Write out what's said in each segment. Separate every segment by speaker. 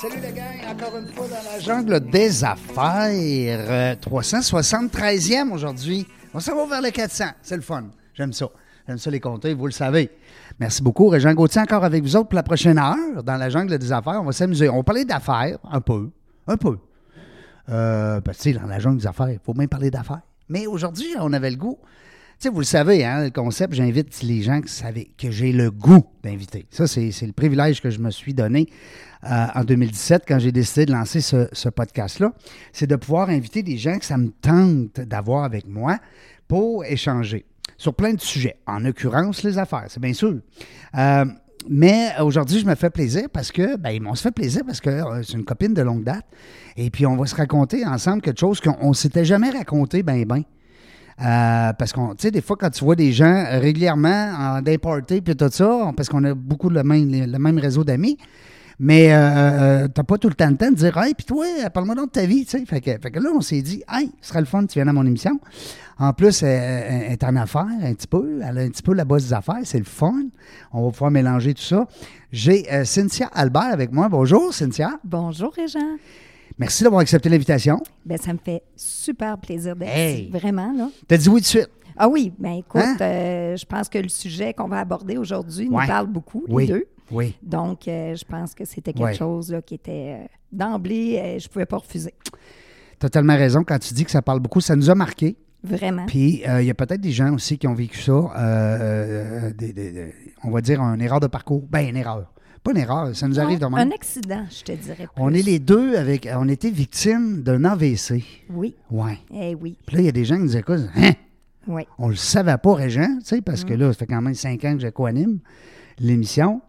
Speaker 1: Salut les gars, encore une fois dans la jungle des affaires. Euh, 373e aujourd'hui. On s'en va vers le 400. C'est le fun. J'aime ça. J'aime ça les compter, vous le savez. Merci beaucoup. Régent Gauthier encore avec vous autres pour la prochaine heure dans la jungle des affaires. On va s'amuser. On va parler d'affaires un peu. Un peu. Euh, ben, tu sais, dans la jungle des affaires, il faut même parler d'affaires. Mais aujourd'hui, on avait le goût. Tu sais, vous le savez, hein, le concept, j'invite les gens que, savez, que j'ai le goût d'inviter. Ça, c'est c'est le privilège que je me suis donné euh, en 2017 quand j'ai décidé de lancer ce, ce podcast-là. C'est de pouvoir inviter des gens que ça me tente d'avoir avec moi pour échanger sur plein de sujets. En occurrence, les affaires, c'est bien sûr. Euh, mais aujourd'hui, je me fais plaisir parce que, ben, on se fait plaisir parce que euh, c'est une copine de longue date. Et puis, on va se raconter ensemble quelque chose qu'on ne s'était jamais raconté, ben, ben. Euh, parce qu'on, tu sais, des fois, quand tu vois des gens régulièrement en day party puis tout ça, parce qu'on a beaucoup le même, le même réseau d'amis, mais euh, euh, t'as pas tout le temps le temps de dire Hey, puis toi, parle-moi donc de ta vie, tu sais. Fait que, fait que là, on s'est dit Hey, ce serait le fun, que tu viennes à mon émission. En plus, elle, elle est en affaires un petit peu. Elle a un petit peu la bosse des affaires, c'est le fun. On va pouvoir mélanger tout ça. J'ai euh, Cynthia Albert avec moi. Bonjour, Cynthia.
Speaker 2: Bonjour, Régent.
Speaker 1: Merci d'avoir accepté l'invitation.
Speaker 2: Ben, ça me fait super plaisir d'être
Speaker 1: Hey.
Speaker 2: ici, vraiment. Là.
Speaker 1: T'as dit oui tout de suite.
Speaker 2: Ah oui, ben écoute,
Speaker 1: Hein?
Speaker 2: euh, je pense que le sujet qu'on va aborder aujourd'hui
Speaker 1: Ouais.
Speaker 2: nous parle beaucoup,
Speaker 1: Oui.
Speaker 2: les deux.
Speaker 1: Oui.
Speaker 2: Donc, euh, je pense que c'était quelque
Speaker 1: Ouais.
Speaker 2: chose là, qui était euh, d'emblée, euh, je ne pouvais pas refuser.
Speaker 1: T'as tellement raison quand tu dis que ça parle beaucoup. Ça nous a marqué.
Speaker 2: Vraiment.
Speaker 1: Puis, euh, il y a peut-être des gens aussi qui ont vécu ça, euh, euh, des- des- des- on va dire, une erreur de parcours. Ben, une erreur. Pas une erreur, ça nous arrive de
Speaker 2: un,
Speaker 1: même.
Speaker 2: accident, je te dirais. plus.
Speaker 1: On est les deux avec. On était victimes d'un AVC.
Speaker 2: Oui,
Speaker 1: Ouais.
Speaker 2: eh oui,
Speaker 1: Puis là, il y a des gens qui nous écoutent. Hein?
Speaker 2: oui.
Speaker 1: On le savait pas, Régent, tu sais, parce que là, ça fait quand même cinq ans que je co-anime l'émission.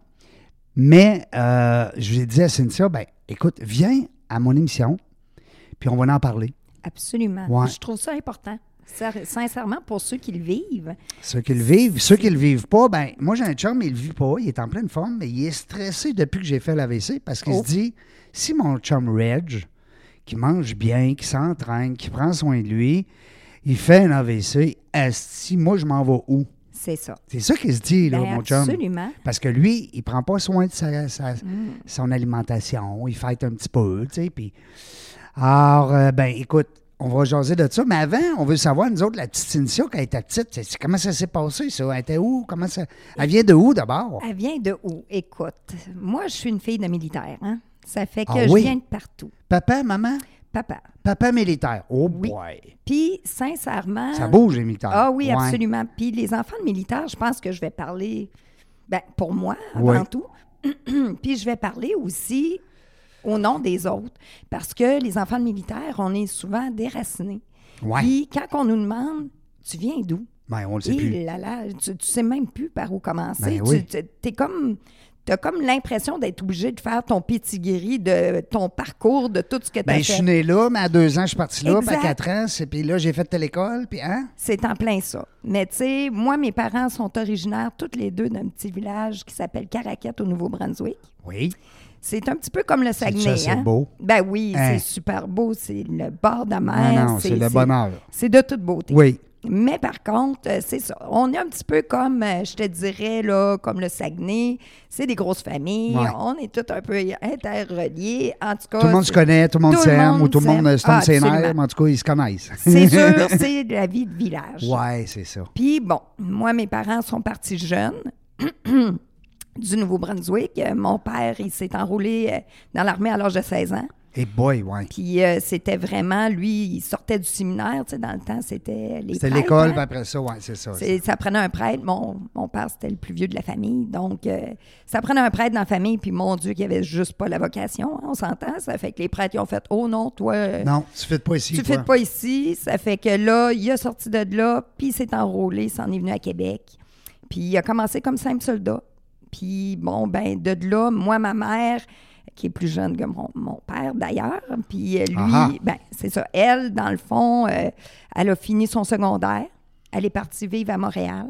Speaker 1: Mais euh, je lui ai dit à Cynthia, ben, écoute, viens à mon émission, puis on va en parler.
Speaker 2: Absolument.
Speaker 1: Ouais.
Speaker 2: Je trouve ça important. Ser- Sincèrement, pour ceux qui le vivent,
Speaker 1: Ceux qui le vivent, ceux qui le vivent pas, ben moi j'ai un chum, il le vit pas, il est en pleine forme, mais il est stressé depuis que j'ai fait l'AVC parce qu'il
Speaker 2: Oh.
Speaker 1: se dit si mon chum Reg, qui mange bien, qui s'entraîne, qui prend soin de lui, il fait un AVC, si moi je m'en vais où?
Speaker 2: c'est ça.
Speaker 1: C'est ça qu'il se dit, là,
Speaker 2: Ben,
Speaker 1: mon chum.
Speaker 2: absolument.
Speaker 1: Parce que lui, il prend pas soin de sa, sa-
Speaker 2: Mm.
Speaker 1: son alimentation, il fête un petit peu, tu sais, puis... Alors, euh, ben, écoute, on va jaser de ça, mais avant, on veut savoir, nous autres, la petite Cynthia, quand elle était petite, c'est- c'est- comment ça s'est passé, ça? Elle était où? Comment ça... Elle vient de où, d'abord?
Speaker 2: Elle vient de où? Écoute, moi, je suis une fille de militaire. Hein? Ça fait que
Speaker 1: Ah
Speaker 2: je
Speaker 1: oui?
Speaker 2: viens de partout.
Speaker 1: Papa, maman?
Speaker 2: Papa.
Speaker 1: Papa militaire. Oh
Speaker 2: Oui.
Speaker 1: boy!
Speaker 2: Puis, sincèrement.
Speaker 1: Ça bouge, les militaires.
Speaker 2: Ah oui,
Speaker 1: Ouais.
Speaker 2: absolument. Puis, les enfants de militaires, je pense que je vais parler, ben, pour moi, avant
Speaker 1: Ouais.
Speaker 2: tout. Puis, je vais parler aussi au nom des autres. Parce que les enfants de militaires, on est souvent déracinés.
Speaker 1: Ouais.
Speaker 2: Puis, quand on nous demande, tu viens d'où?
Speaker 1: Ben, on le sait
Speaker 2: Et
Speaker 1: plus.
Speaker 2: là là, tu, tu sais même plus par où commencer.
Speaker 1: Ben
Speaker 2: tu
Speaker 1: oui.
Speaker 2: tu- t'es comme, as comme l'impression d'être obligé de faire ton pétiguerie de ton parcours, de tout ce que tu as
Speaker 1: Ben, je suis né là, mais à deux ans, je suis parti là, puis à
Speaker 2: Exact.
Speaker 1: quatre ans, c'est- puis là, j'ai fait telle école, puis hein?
Speaker 2: C'est en plein ça. Mais tu sais, moi, mes parents sont originaires, toutes les deux, d'un petit village qui s'appelle Caraquette au Nouveau-Brunswick.
Speaker 1: Oui.
Speaker 2: C'est un petit peu comme le Saguenay.
Speaker 1: ça, c'est
Speaker 2: hein?
Speaker 1: beau.
Speaker 2: Ben oui,
Speaker 1: Hein.
Speaker 2: c'est super beau. C'est le bord de mer.
Speaker 1: Non, non, c'est le bonheur.
Speaker 2: C'est de toute beauté.
Speaker 1: Oui.
Speaker 2: Mais par contre, euh, c'est ça. On est un petit peu comme, euh, je te dirais, là, comme le Saguenay. C'est des grosses familles.
Speaker 1: Ouais.
Speaker 2: On est tous un peu interreliés. En tout cas.
Speaker 1: Tout le monde se
Speaker 2: c'est-
Speaker 1: connaît, tout le monde
Speaker 2: tout le
Speaker 1: s'aime,
Speaker 2: monde
Speaker 1: ou tout le monde
Speaker 2: s'aime.
Speaker 1: se tombe
Speaker 2: Ah,
Speaker 1: ses nerfs,
Speaker 2: absolument.
Speaker 1: mais en tout cas, ils se connaissent.
Speaker 2: C'est sûr, c'est de la vie de village.
Speaker 1: Ouais, c'est ça.
Speaker 2: Puis bon, moi, mes parents sont partis jeunes du Nouveau-Brunswick. Euh, Mon père, il s'est enroulé euh, dans l'armée à l'âge de 16 ans.
Speaker 1: Et boy, ouais.
Speaker 2: Puis euh, c'était vraiment, lui, il sortait du séminaire, tu sais, dans le temps, c'était les
Speaker 1: C'était
Speaker 2: prêtres,
Speaker 1: l'école,
Speaker 2: hein.
Speaker 1: puis après ça, ouais, c'est ça.
Speaker 2: C'est- Ça prenait un prêtre. Mon, mon père, c'était le plus vieux de la famille. Donc, euh, ça prenait un prêtre dans la famille. Puis, mon Dieu, qu'il n'y avait juste pas la vocation. hein, on s'entend. Ça fait que les prêtres, ils ont fait Oh non, toi, euh,
Speaker 1: Non, tu fais de pas ici,
Speaker 2: tu ne
Speaker 1: toi.
Speaker 2: fais pas ici. Ça fait que là, il a sorti de là. Puis, il s'est enrôlé. Il s'en est venu à Québec. Puis, il a commencé comme simple soldat. Puis, bon, ben de là, moi, ma mère, qui est plus jeune que mon, mon père d'ailleurs, puis euh, lui,
Speaker 1: Ah ah.
Speaker 2: ben, c'est ça. Elle, dans le fond, euh, elle a fini son secondaire. Elle est partie vivre à Montréal.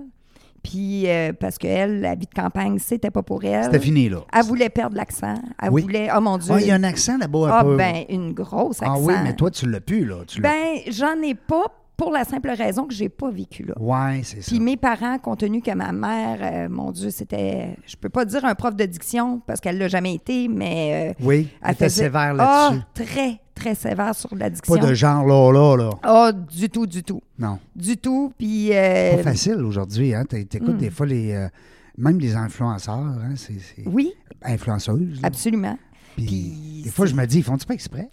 Speaker 2: Puis, euh, parce qu'elle, la vie de campagne, c'était pas pour elle.
Speaker 1: C'était fini, là.
Speaker 2: Elle voulait perdre l'accent. Elle
Speaker 1: Oui.
Speaker 2: voulait. Oh mon Dieu.
Speaker 1: Ah, il y a un accent là-bas.
Speaker 2: Ah,
Speaker 1: un peu.
Speaker 2: ben, une grosse accent.
Speaker 1: Ah oui, mais toi, tu l'as pu, là. Tu l'as-
Speaker 2: Ben, j'en ai pas pour la simple raison que j'ai pas vécu là.
Speaker 1: ouais, c'est ça.
Speaker 2: Puis mes parents, compte tenu que ma mère, euh, mon Dieu, c'était, je peux pas dire un prof de diction parce qu'elle l'a jamais été, mais euh,
Speaker 1: Oui, elle était
Speaker 2: faisait-
Speaker 1: sévère là-dessus.
Speaker 2: Ah, très, très sévère sur la
Speaker 1: Pas
Speaker 2: diction.
Speaker 1: de genre là, là, là.
Speaker 2: Ah, du tout, du tout,
Speaker 1: Non.
Speaker 2: du tout. Puis euh, hmm.
Speaker 1: Pas facile aujourd'hui, hein. T'é- T'écoutes des fois les. euh, même les influenceurs, hein, c'est c'est-
Speaker 2: oui, Ah,
Speaker 1: influenceuses. là.
Speaker 2: absolument.
Speaker 1: Puis,
Speaker 2: Puis
Speaker 1: des fois, je me dis, ils font-tu pas exprès?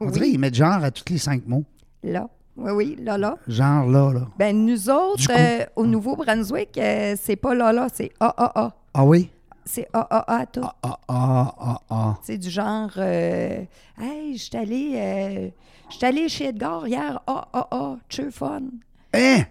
Speaker 1: On dirait qu'ils mettent genre à tous les cinq mots.
Speaker 2: là, oui, oui, là, là.
Speaker 1: Genre là, là.
Speaker 2: Ben nous
Speaker 1: Du
Speaker 2: autres,
Speaker 1: coup.
Speaker 2: euh, au Nouveau-Brunswick, euh, c'est pas là, là, c'est ah, ah, ah,
Speaker 1: Ah oui?
Speaker 2: c'est ah, ah, ah, tout.
Speaker 1: Ah, ah, ah, ah.
Speaker 2: C'est du genre, euh, hey, je suis allée, euh, je suis allée chez Edgar hier, ah, ah, ah, cheer fun.
Speaker 1: Hein?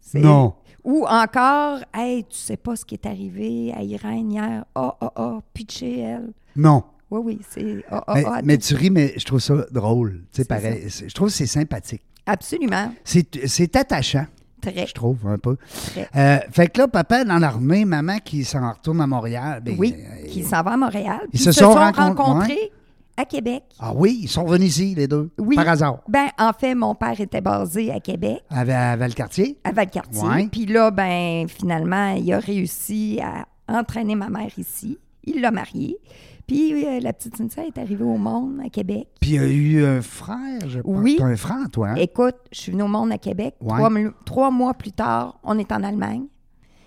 Speaker 2: C'est-
Speaker 1: Non.
Speaker 2: Ou encore, hey, tu sais pas ce qui est arrivé à Irène hier, ah, ah, ah, pitché elle.
Speaker 1: Non.
Speaker 2: Oui, oui, c'est ah, ah,
Speaker 1: mais,
Speaker 2: ah.
Speaker 1: mais
Speaker 2: tout.
Speaker 1: tu ris, mais je trouve ça drôle. Tu sais,
Speaker 2: C'est
Speaker 1: pareil. C'est- Je trouve que c'est sympathique.
Speaker 2: Absolument,
Speaker 1: C'est c'est attachant,
Speaker 2: très.
Speaker 1: je trouve, un peu.
Speaker 2: Eh.
Speaker 1: Euh, fait que là, papa dans l'armée, maman qui s'en retourne à Montréal. ben,
Speaker 2: Oui,
Speaker 1: euh,
Speaker 2: qui s'en va à Montréal. Puis
Speaker 1: Ils se sont rencontrés-
Speaker 2: rencontrés à Québec.
Speaker 1: Ah oui, ils sont venus ici, les deux.
Speaker 2: Oui.
Speaker 1: Par hasard.
Speaker 2: Ben, en fait, mon père était basé à Québec.
Speaker 1: À, à Valcartier.
Speaker 2: à Valcartier.
Speaker 1: Ouais.
Speaker 2: Puis là, ben, finalement, il a réussi à entraîner ma mère ici. Il l'a mariée. Puis euh, la petite Cynthia est arrivée au monde à Québec.
Speaker 1: Puis il y a eu un frère, je pense.
Speaker 2: Oui.
Speaker 1: T'as un frère, toi. hein?
Speaker 2: Écoute, je suis venue au monde à Québec.
Speaker 1: Ouais.
Speaker 2: Trois, ml- trois mois plus tard, on est en Allemagne.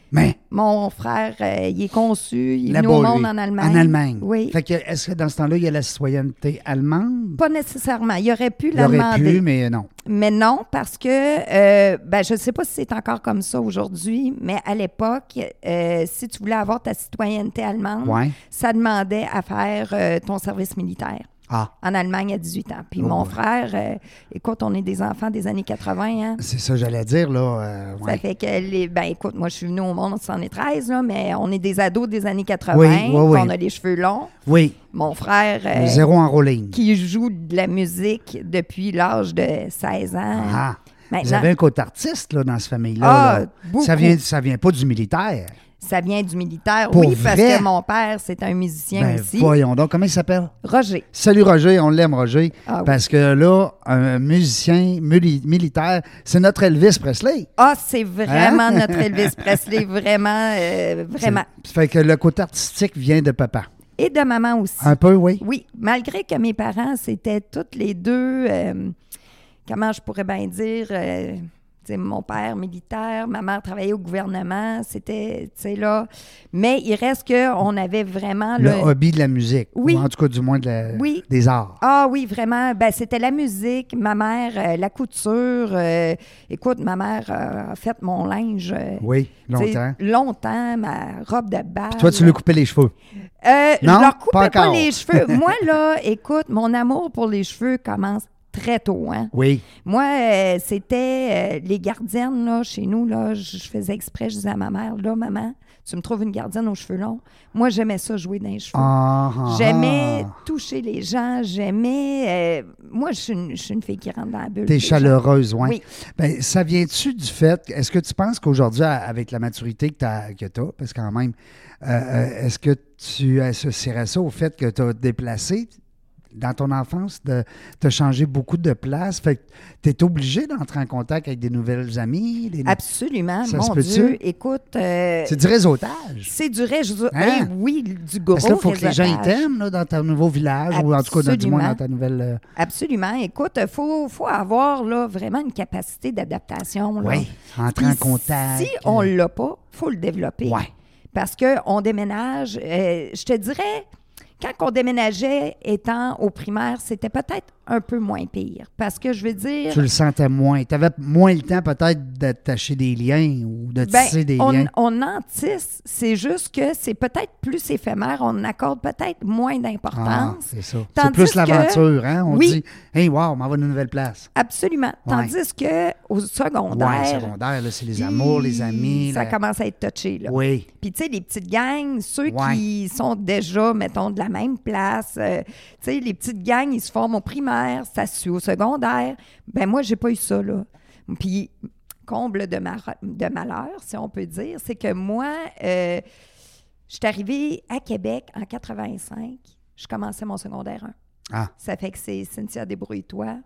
Speaker 1: Mais
Speaker 2: Mon frère, euh, il est conçu, il est venu
Speaker 1: là-bas,
Speaker 2: au monde
Speaker 1: lui,
Speaker 2: en Allemagne.
Speaker 1: En Allemagne.
Speaker 2: Oui.
Speaker 1: Fait que, est-ce que dans ce temps-là, il y a la citoyenneté allemande?
Speaker 2: Pas nécessairement. Il aurait pu
Speaker 1: Il
Speaker 2: la
Speaker 1: aurait
Speaker 2: demander.
Speaker 1: pu, mais euh, non.
Speaker 2: Mais non, parce que, euh, ben, je ne sais pas si c'est encore comme ça aujourd'hui, mais à l'époque, euh, si tu voulais avoir ta citoyenneté allemande,
Speaker 1: Ouais.
Speaker 2: ça demandait à faire euh, ton service militaire
Speaker 1: Ah,
Speaker 2: en Allemagne à 18 ans. Puis
Speaker 1: Oh,
Speaker 2: mon
Speaker 1: ouais.
Speaker 2: frère, euh, écoute, on est des enfants des années 80, hein.
Speaker 1: c'est ça que j'allais dire, là. euh, ouais.
Speaker 2: Ça fait que, les, ben écoute, moi je suis venue au monde en 113, là, mais on est des ados des années 80,
Speaker 1: Oui, oui, oui.
Speaker 2: on a les cheveux longs.
Speaker 1: Oui,
Speaker 2: Mon frère, euh,
Speaker 1: zéro en rolling.
Speaker 2: qui joue de la musique depuis l'âge de 16 ans.
Speaker 1: Ah, vous
Speaker 2: Maintenant,
Speaker 1: avez un côté artiste, là, dans cette famille-là.
Speaker 2: Ah,
Speaker 1: là.
Speaker 2: beaucoup.
Speaker 1: Ça vient, ça vient pas du militaire.
Speaker 2: ça vient du militaire.
Speaker 1: Pour
Speaker 2: oui, parce
Speaker 1: vrai?
Speaker 2: que mon père, c'est un musicien
Speaker 1: Ben,
Speaker 2: aussi.
Speaker 1: voyons donc, comment il s'appelle?
Speaker 2: Roger.
Speaker 1: Salut Roger, on l'aime Roger,
Speaker 2: Ah oui.
Speaker 1: parce que là, un musicien muli- militaire, c'est notre Elvis Presley.
Speaker 2: Ah, c'est vraiment notre Elvis Presley, vraiment, euh, vraiment.
Speaker 1: Hein? C'est- Fait que le côté artistique vient de papa.
Speaker 2: Et de maman aussi.
Speaker 1: Un peu, oui.
Speaker 2: Oui, malgré que mes parents, c'était toutes les deux, euh, comment je pourrais bien dire, euh, tu sais, mon père militaire, ma mère travaillait au gouvernement, c'était, tu sais, là. Mais il reste qu'on avait vraiment
Speaker 1: Le
Speaker 2: Ah, le-
Speaker 1: hobby de la musique.
Speaker 2: Oui.
Speaker 1: Ou en tout cas, du moins de la-
Speaker 2: Oui.
Speaker 1: des arts.
Speaker 2: Ah oui, vraiment. Ben, c'était la musique, ma mère, euh, la couture. euh, écoute, ma mère euh, a fait mon linge. euh,
Speaker 1: Oui,
Speaker 2: tu sais,
Speaker 1: longtemps.
Speaker 2: Longtemps, ma robe de bain.
Speaker 1: Toi, tu lui coupais les cheveux.
Speaker 2: Euh,
Speaker 1: Non,
Speaker 2: je leur coupais
Speaker 1: pas
Speaker 2: pas,
Speaker 1: encore.
Speaker 2: les cheveux. Moi, là, écoute, mon amour pour les cheveux commence très tôt. Hein?
Speaker 1: Oui.
Speaker 2: Moi, euh, c'était euh, les gardiennes, là, chez nous, là, je je faisais exprès, je disais à ma mère, là, maman, tu me trouves une gardienne aux cheveux longs. Moi, j'aimais ça, jouer dans les cheveux.
Speaker 1: Ah, ah,
Speaker 2: J'aimais
Speaker 1: ah.
Speaker 2: toucher les gens, j'aimais... euh, moi, je suis, une, je suis une fille qui rentre dans la bulle.
Speaker 1: T'es
Speaker 2: des gens.
Speaker 1: chaleureuse, ouais.
Speaker 2: Oui.
Speaker 1: Ben, ça vient-tu du fait, est-ce que tu penses qu'aujourd'hui, à- avec la maturité que t'as, que t'as, parce que quand même, euh, euh, est-ce que tu associerais ça au fait que tu as déplacé dans ton enfance, de, t'as changé beaucoup de place, fait que t'es obligé d'entrer en contact avec des nouvelles amies, des...
Speaker 2: Absolument,
Speaker 1: Ça se
Speaker 2: mon
Speaker 1: peut-tu?
Speaker 2: Dieu. Écoute, euh,
Speaker 1: c'est du réseautage.
Speaker 2: c'est du ré... je veux dire,
Speaker 1: Hein?
Speaker 2: eh oui, du gros
Speaker 1: Parce que là, il faut que les gens ils
Speaker 2: réseautage.
Speaker 1: t'aiment là, dans ton nouveau village, ou en tout cas, dans, du moins,
Speaker 2: Absolument.
Speaker 1: dans ta nouvelle... euh,
Speaker 2: Absolument. Écoute, il faut, faut avoir là, vraiment une capacité d'adaptation. là.
Speaker 1: Oui, entrer en
Speaker 2: Puis
Speaker 1: contact.
Speaker 2: Si on
Speaker 1: euh,
Speaker 2: ne l'a pas, il faut le développer.
Speaker 1: Ouais.
Speaker 2: Parce qu'on déménage, euh, je te dirais Quand on déménageait, étant au primaire, c'était peut-être un peu moins pire. Parce que je veux dire.
Speaker 1: Tu le sentais moins. Tu avais moins le temps peut-être d'attacher des liens ou de
Speaker 2: Ben,
Speaker 1: tisser des
Speaker 2: on,
Speaker 1: liens.
Speaker 2: on en tisse, c'est juste que c'est peut-être plus éphémère, on accorde peut-être moins
Speaker 1: Ah,
Speaker 2: d'importance.
Speaker 1: c'est ça. C'est
Speaker 2: Tandis
Speaker 1: plus
Speaker 2: que-
Speaker 1: l'aventure, hein? On
Speaker 2: Oui.
Speaker 1: dit, hey, wow, on m'en va une nouvelle place.
Speaker 2: Absolument.
Speaker 1: Ouais.
Speaker 2: Tandis que au
Speaker 1: Ouais,
Speaker 2: secondaire,
Speaker 1: secondaire, là, c'est les amours, les amis.
Speaker 2: ça
Speaker 1: la-
Speaker 2: commence à être touché. Là.
Speaker 1: Oui.
Speaker 2: Puis, tu sais, les petites gangs, ceux
Speaker 1: Ouais.
Speaker 2: qui sont déjà, mettons, de la même place, euh, tu sais, les petites gangs, ils se forment au primaire, ça se suit au secondaire. Ben moi, j'ai pas eu ça, là. Puis, comble de, ma- de malheur, si on peut dire, c'est que moi, euh, je suis arrivée à Québec en 85. Je commençais mon secondaire 1.
Speaker 1: Ah,
Speaker 2: Ça fait que c'est Cynthia, débrouille-toi.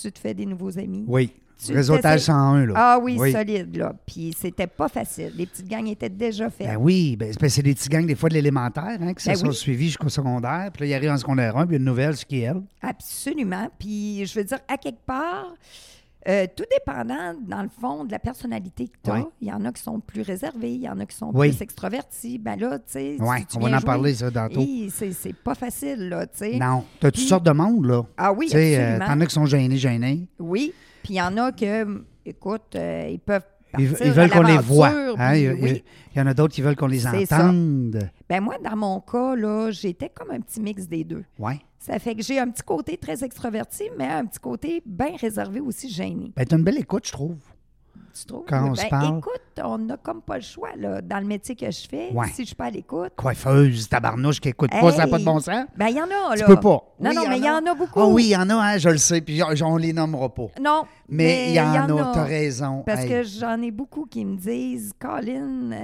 Speaker 2: Tu te fais des nouveaux amis.
Speaker 1: oui.
Speaker 2: Tu
Speaker 1: Réseautage
Speaker 2: t'essayes-
Speaker 1: 101, là.
Speaker 2: Ah oui, solide, là. Puis c'était pas facile. Les petites gangs étaient déjà faites.
Speaker 1: Ben oui, ben, c'est- ben, c'est des petits gangs des fois de l'élémentaire hein, qui se
Speaker 2: Ben
Speaker 1: sont
Speaker 2: oui.
Speaker 1: suivis jusqu'au secondaire. Puis là, ils arrivent en secondaire 1, puis il y a une nouvelle, ce qui est elle.
Speaker 2: Absolument. Puis je veux dire, à quelque part, euh, tout dépendant, dans le fond, de la personnalité que tu as,
Speaker 1: Ouais.
Speaker 2: il y en a qui sont plus réservés, il y en a qui sont
Speaker 1: Oui.
Speaker 2: plus extravertis. Ben là, tu sais, si
Speaker 1: Ouais,
Speaker 2: tu
Speaker 1: on va
Speaker 2: viens
Speaker 1: en parler, ça, tantôt.
Speaker 2: Hi, c'est, c'est pas facile, là, tu sais.
Speaker 1: Non. T'as toutes sortes de monde, là.
Speaker 2: Ah oui,
Speaker 1: Tu sais, euh,
Speaker 2: absolument.
Speaker 1: t'en as qui sont gênés, gênés.
Speaker 2: Oui. Puis il y en a que, écoute, euh, ils peuvent
Speaker 1: Ils,
Speaker 2: partir
Speaker 1: ils veulent
Speaker 2: à
Speaker 1: qu'on les
Speaker 2: l'aventure,
Speaker 1: voit.
Speaker 2: puis
Speaker 1: hein. il,
Speaker 2: oui.
Speaker 1: il- il y en a d'autres qui veulent qu'on les
Speaker 2: C'est ça.
Speaker 1: entende.
Speaker 2: Ben moi, dans mon cas, là, j'étais comme un petit mix des deux.
Speaker 1: Oui.
Speaker 2: Ça fait que j'ai un petit côté très extraverti, mais un petit côté bien réservé aussi gêné.
Speaker 1: Ben, t'as une belle écoute, je trouve.
Speaker 2: Tu trouves?
Speaker 1: Quand on
Speaker 2: Ben,
Speaker 1: se parle.
Speaker 2: Écoute, on n'a comme pas le choix, là. Dans le métier que je fais,
Speaker 1: Ouais.
Speaker 2: si je suis pas à l'écoute.
Speaker 1: Coiffeuse, tabarnouche qui écoute pas, ça n'a
Speaker 2: hey,
Speaker 1: pas de bon sens.
Speaker 2: Ben, il y en a, là.
Speaker 1: Tu peux pas.
Speaker 2: Non,
Speaker 1: Oui,
Speaker 2: non, mais il y en a beaucoup.
Speaker 1: Ah oui, il y en a, hein, je le sais, puis on- on les nommera pas.
Speaker 2: Non.
Speaker 1: Mais il y en a, t'as
Speaker 2: as
Speaker 1: raison.
Speaker 2: Parce
Speaker 1: Hey.
Speaker 2: que j'en ai beaucoup qui me disent, Colin. Euh,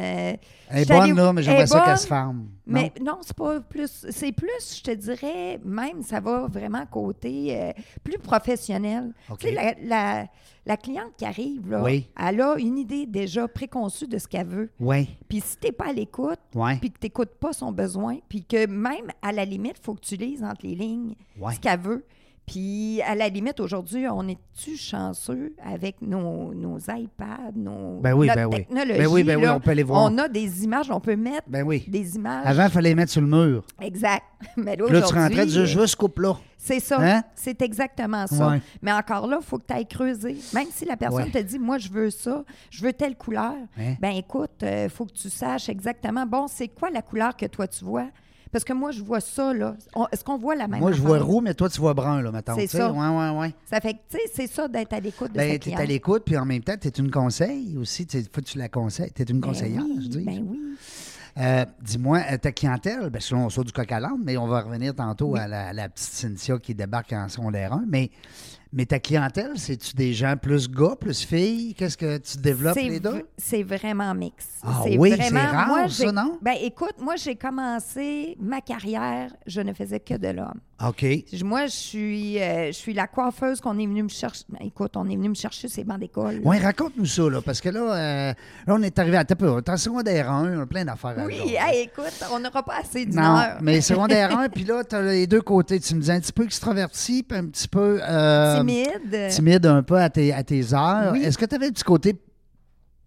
Speaker 1: Elle est
Speaker 2: je suis allée-
Speaker 1: bonne, là, mais j'aimerais
Speaker 2: elle est
Speaker 1: ça
Speaker 2: bonne,
Speaker 1: qu'elle se ferme.
Speaker 2: Mais non, c'est pas plus. C'est plus, je te dirais, même, ça va vraiment côté euh, plus professionnel.
Speaker 1: OK.
Speaker 2: Tu sais, la, la- la cliente qui arrive, là,
Speaker 1: Oui.
Speaker 2: elle a une idée déjà préconçue de ce qu'elle veut.
Speaker 1: Oui,
Speaker 2: Puis si t'es pas à l'écoute,
Speaker 1: Ouais.
Speaker 2: puis que t'écoutes pas son besoin, puis que même à la limite, faut que tu lises entre les lignes
Speaker 1: Ouais.
Speaker 2: ce qu'elle veut. Puis à la limite, aujourd'hui, on est-tu chanceux avec nos, nos iPads, nos
Speaker 1: Ben oui,
Speaker 2: notre
Speaker 1: ben oui.
Speaker 2: technologie?
Speaker 1: Ben oui, ben oui,
Speaker 2: là?
Speaker 1: on peut aller voir.
Speaker 2: On a des images, on peut mettre
Speaker 1: ben oui.
Speaker 2: des images.
Speaker 1: Avant, il fallait les mettre sur le mur.
Speaker 2: Exact. Mais là,
Speaker 1: Puis Là, tu
Speaker 2: aujourd'hui, euh,
Speaker 1: rentrais, tu disais, je veux ce couple-là.
Speaker 2: C'est ça.
Speaker 1: Hein?
Speaker 2: C'est exactement ça.
Speaker 1: Ouais.
Speaker 2: Mais encore là, il faut que tu ailles creuser. Même si la personne
Speaker 1: Ouais.
Speaker 2: te dit, moi, je veux ça, je veux telle couleur,
Speaker 1: Hein?
Speaker 2: ben écoute, il faut que tu saches exactement, bon, c'est quoi la couleur que toi, tu vois? Parce que moi, je vois ça, là. On- Est-ce qu'on voit la même
Speaker 1: Moi, je vois
Speaker 2: affaire?
Speaker 1: roux, mais toi, tu vois brun, là, mettons.
Speaker 2: ben C'est
Speaker 1: tu sais.
Speaker 2: ça.
Speaker 1: Ouais, ouais, ouais.
Speaker 2: Ça fait que, tu sais, c'est ça d'être à l'écoute de
Speaker 1: Ben,
Speaker 2: sa
Speaker 1: tu es
Speaker 2: cliente.
Speaker 1: à l'écoute, puis en même temps, tu es une conseille aussi. Tu sais, faut que tu la conseilles. Tu es une
Speaker 2: Ben
Speaker 1: conseillère,
Speaker 2: oui,
Speaker 1: je dis.
Speaker 2: ben oui.
Speaker 1: Euh, Dis-moi, euh, ta clientèle, ben, selon on sort du coq à l'âne, mais on va revenir tantôt à, la, à la petite Cynthia qui débarque en secondaire 1. Mais, mais ta clientèle, c'est-tu des gens plus gars, plus filles? Qu'est-ce que tu développes
Speaker 2: C'est
Speaker 1: les
Speaker 2: v-
Speaker 1: deux?
Speaker 2: c'est vraiment mix.
Speaker 1: Ah oui, c'est rare,
Speaker 2: moi,
Speaker 1: ça,
Speaker 2: j'ai-
Speaker 1: non?
Speaker 2: Ben, écoute, moi, j'ai commencé ma carrière, je ne faisais que de l'homme.
Speaker 1: OK.
Speaker 2: Je- Moi, je suis, euh, je suis la coiffeuse qu'on est venu me chercher. Ben, écoute, on est venu me chercher ces bancs d'école. là.
Speaker 1: Oui, raconte-nous ça, là, parce que là, euh, là on est arrivé à t'as peu, on est en secondaire 1, on a plein d'affaires à
Speaker 2: Oui,
Speaker 1: dire.
Speaker 2: hey, écoute, on n'aura pas assez d'une
Speaker 1: Non,
Speaker 2: heure.
Speaker 1: mais secondaire 1, puis là, t'as les deux côtés. Tu me dis un petit peu extraverti, puis un petit peu euh,
Speaker 2: Timide.
Speaker 1: timide un peu à tes, à tes heures.
Speaker 2: Oui.
Speaker 1: Est-ce que tu avais un petit côté,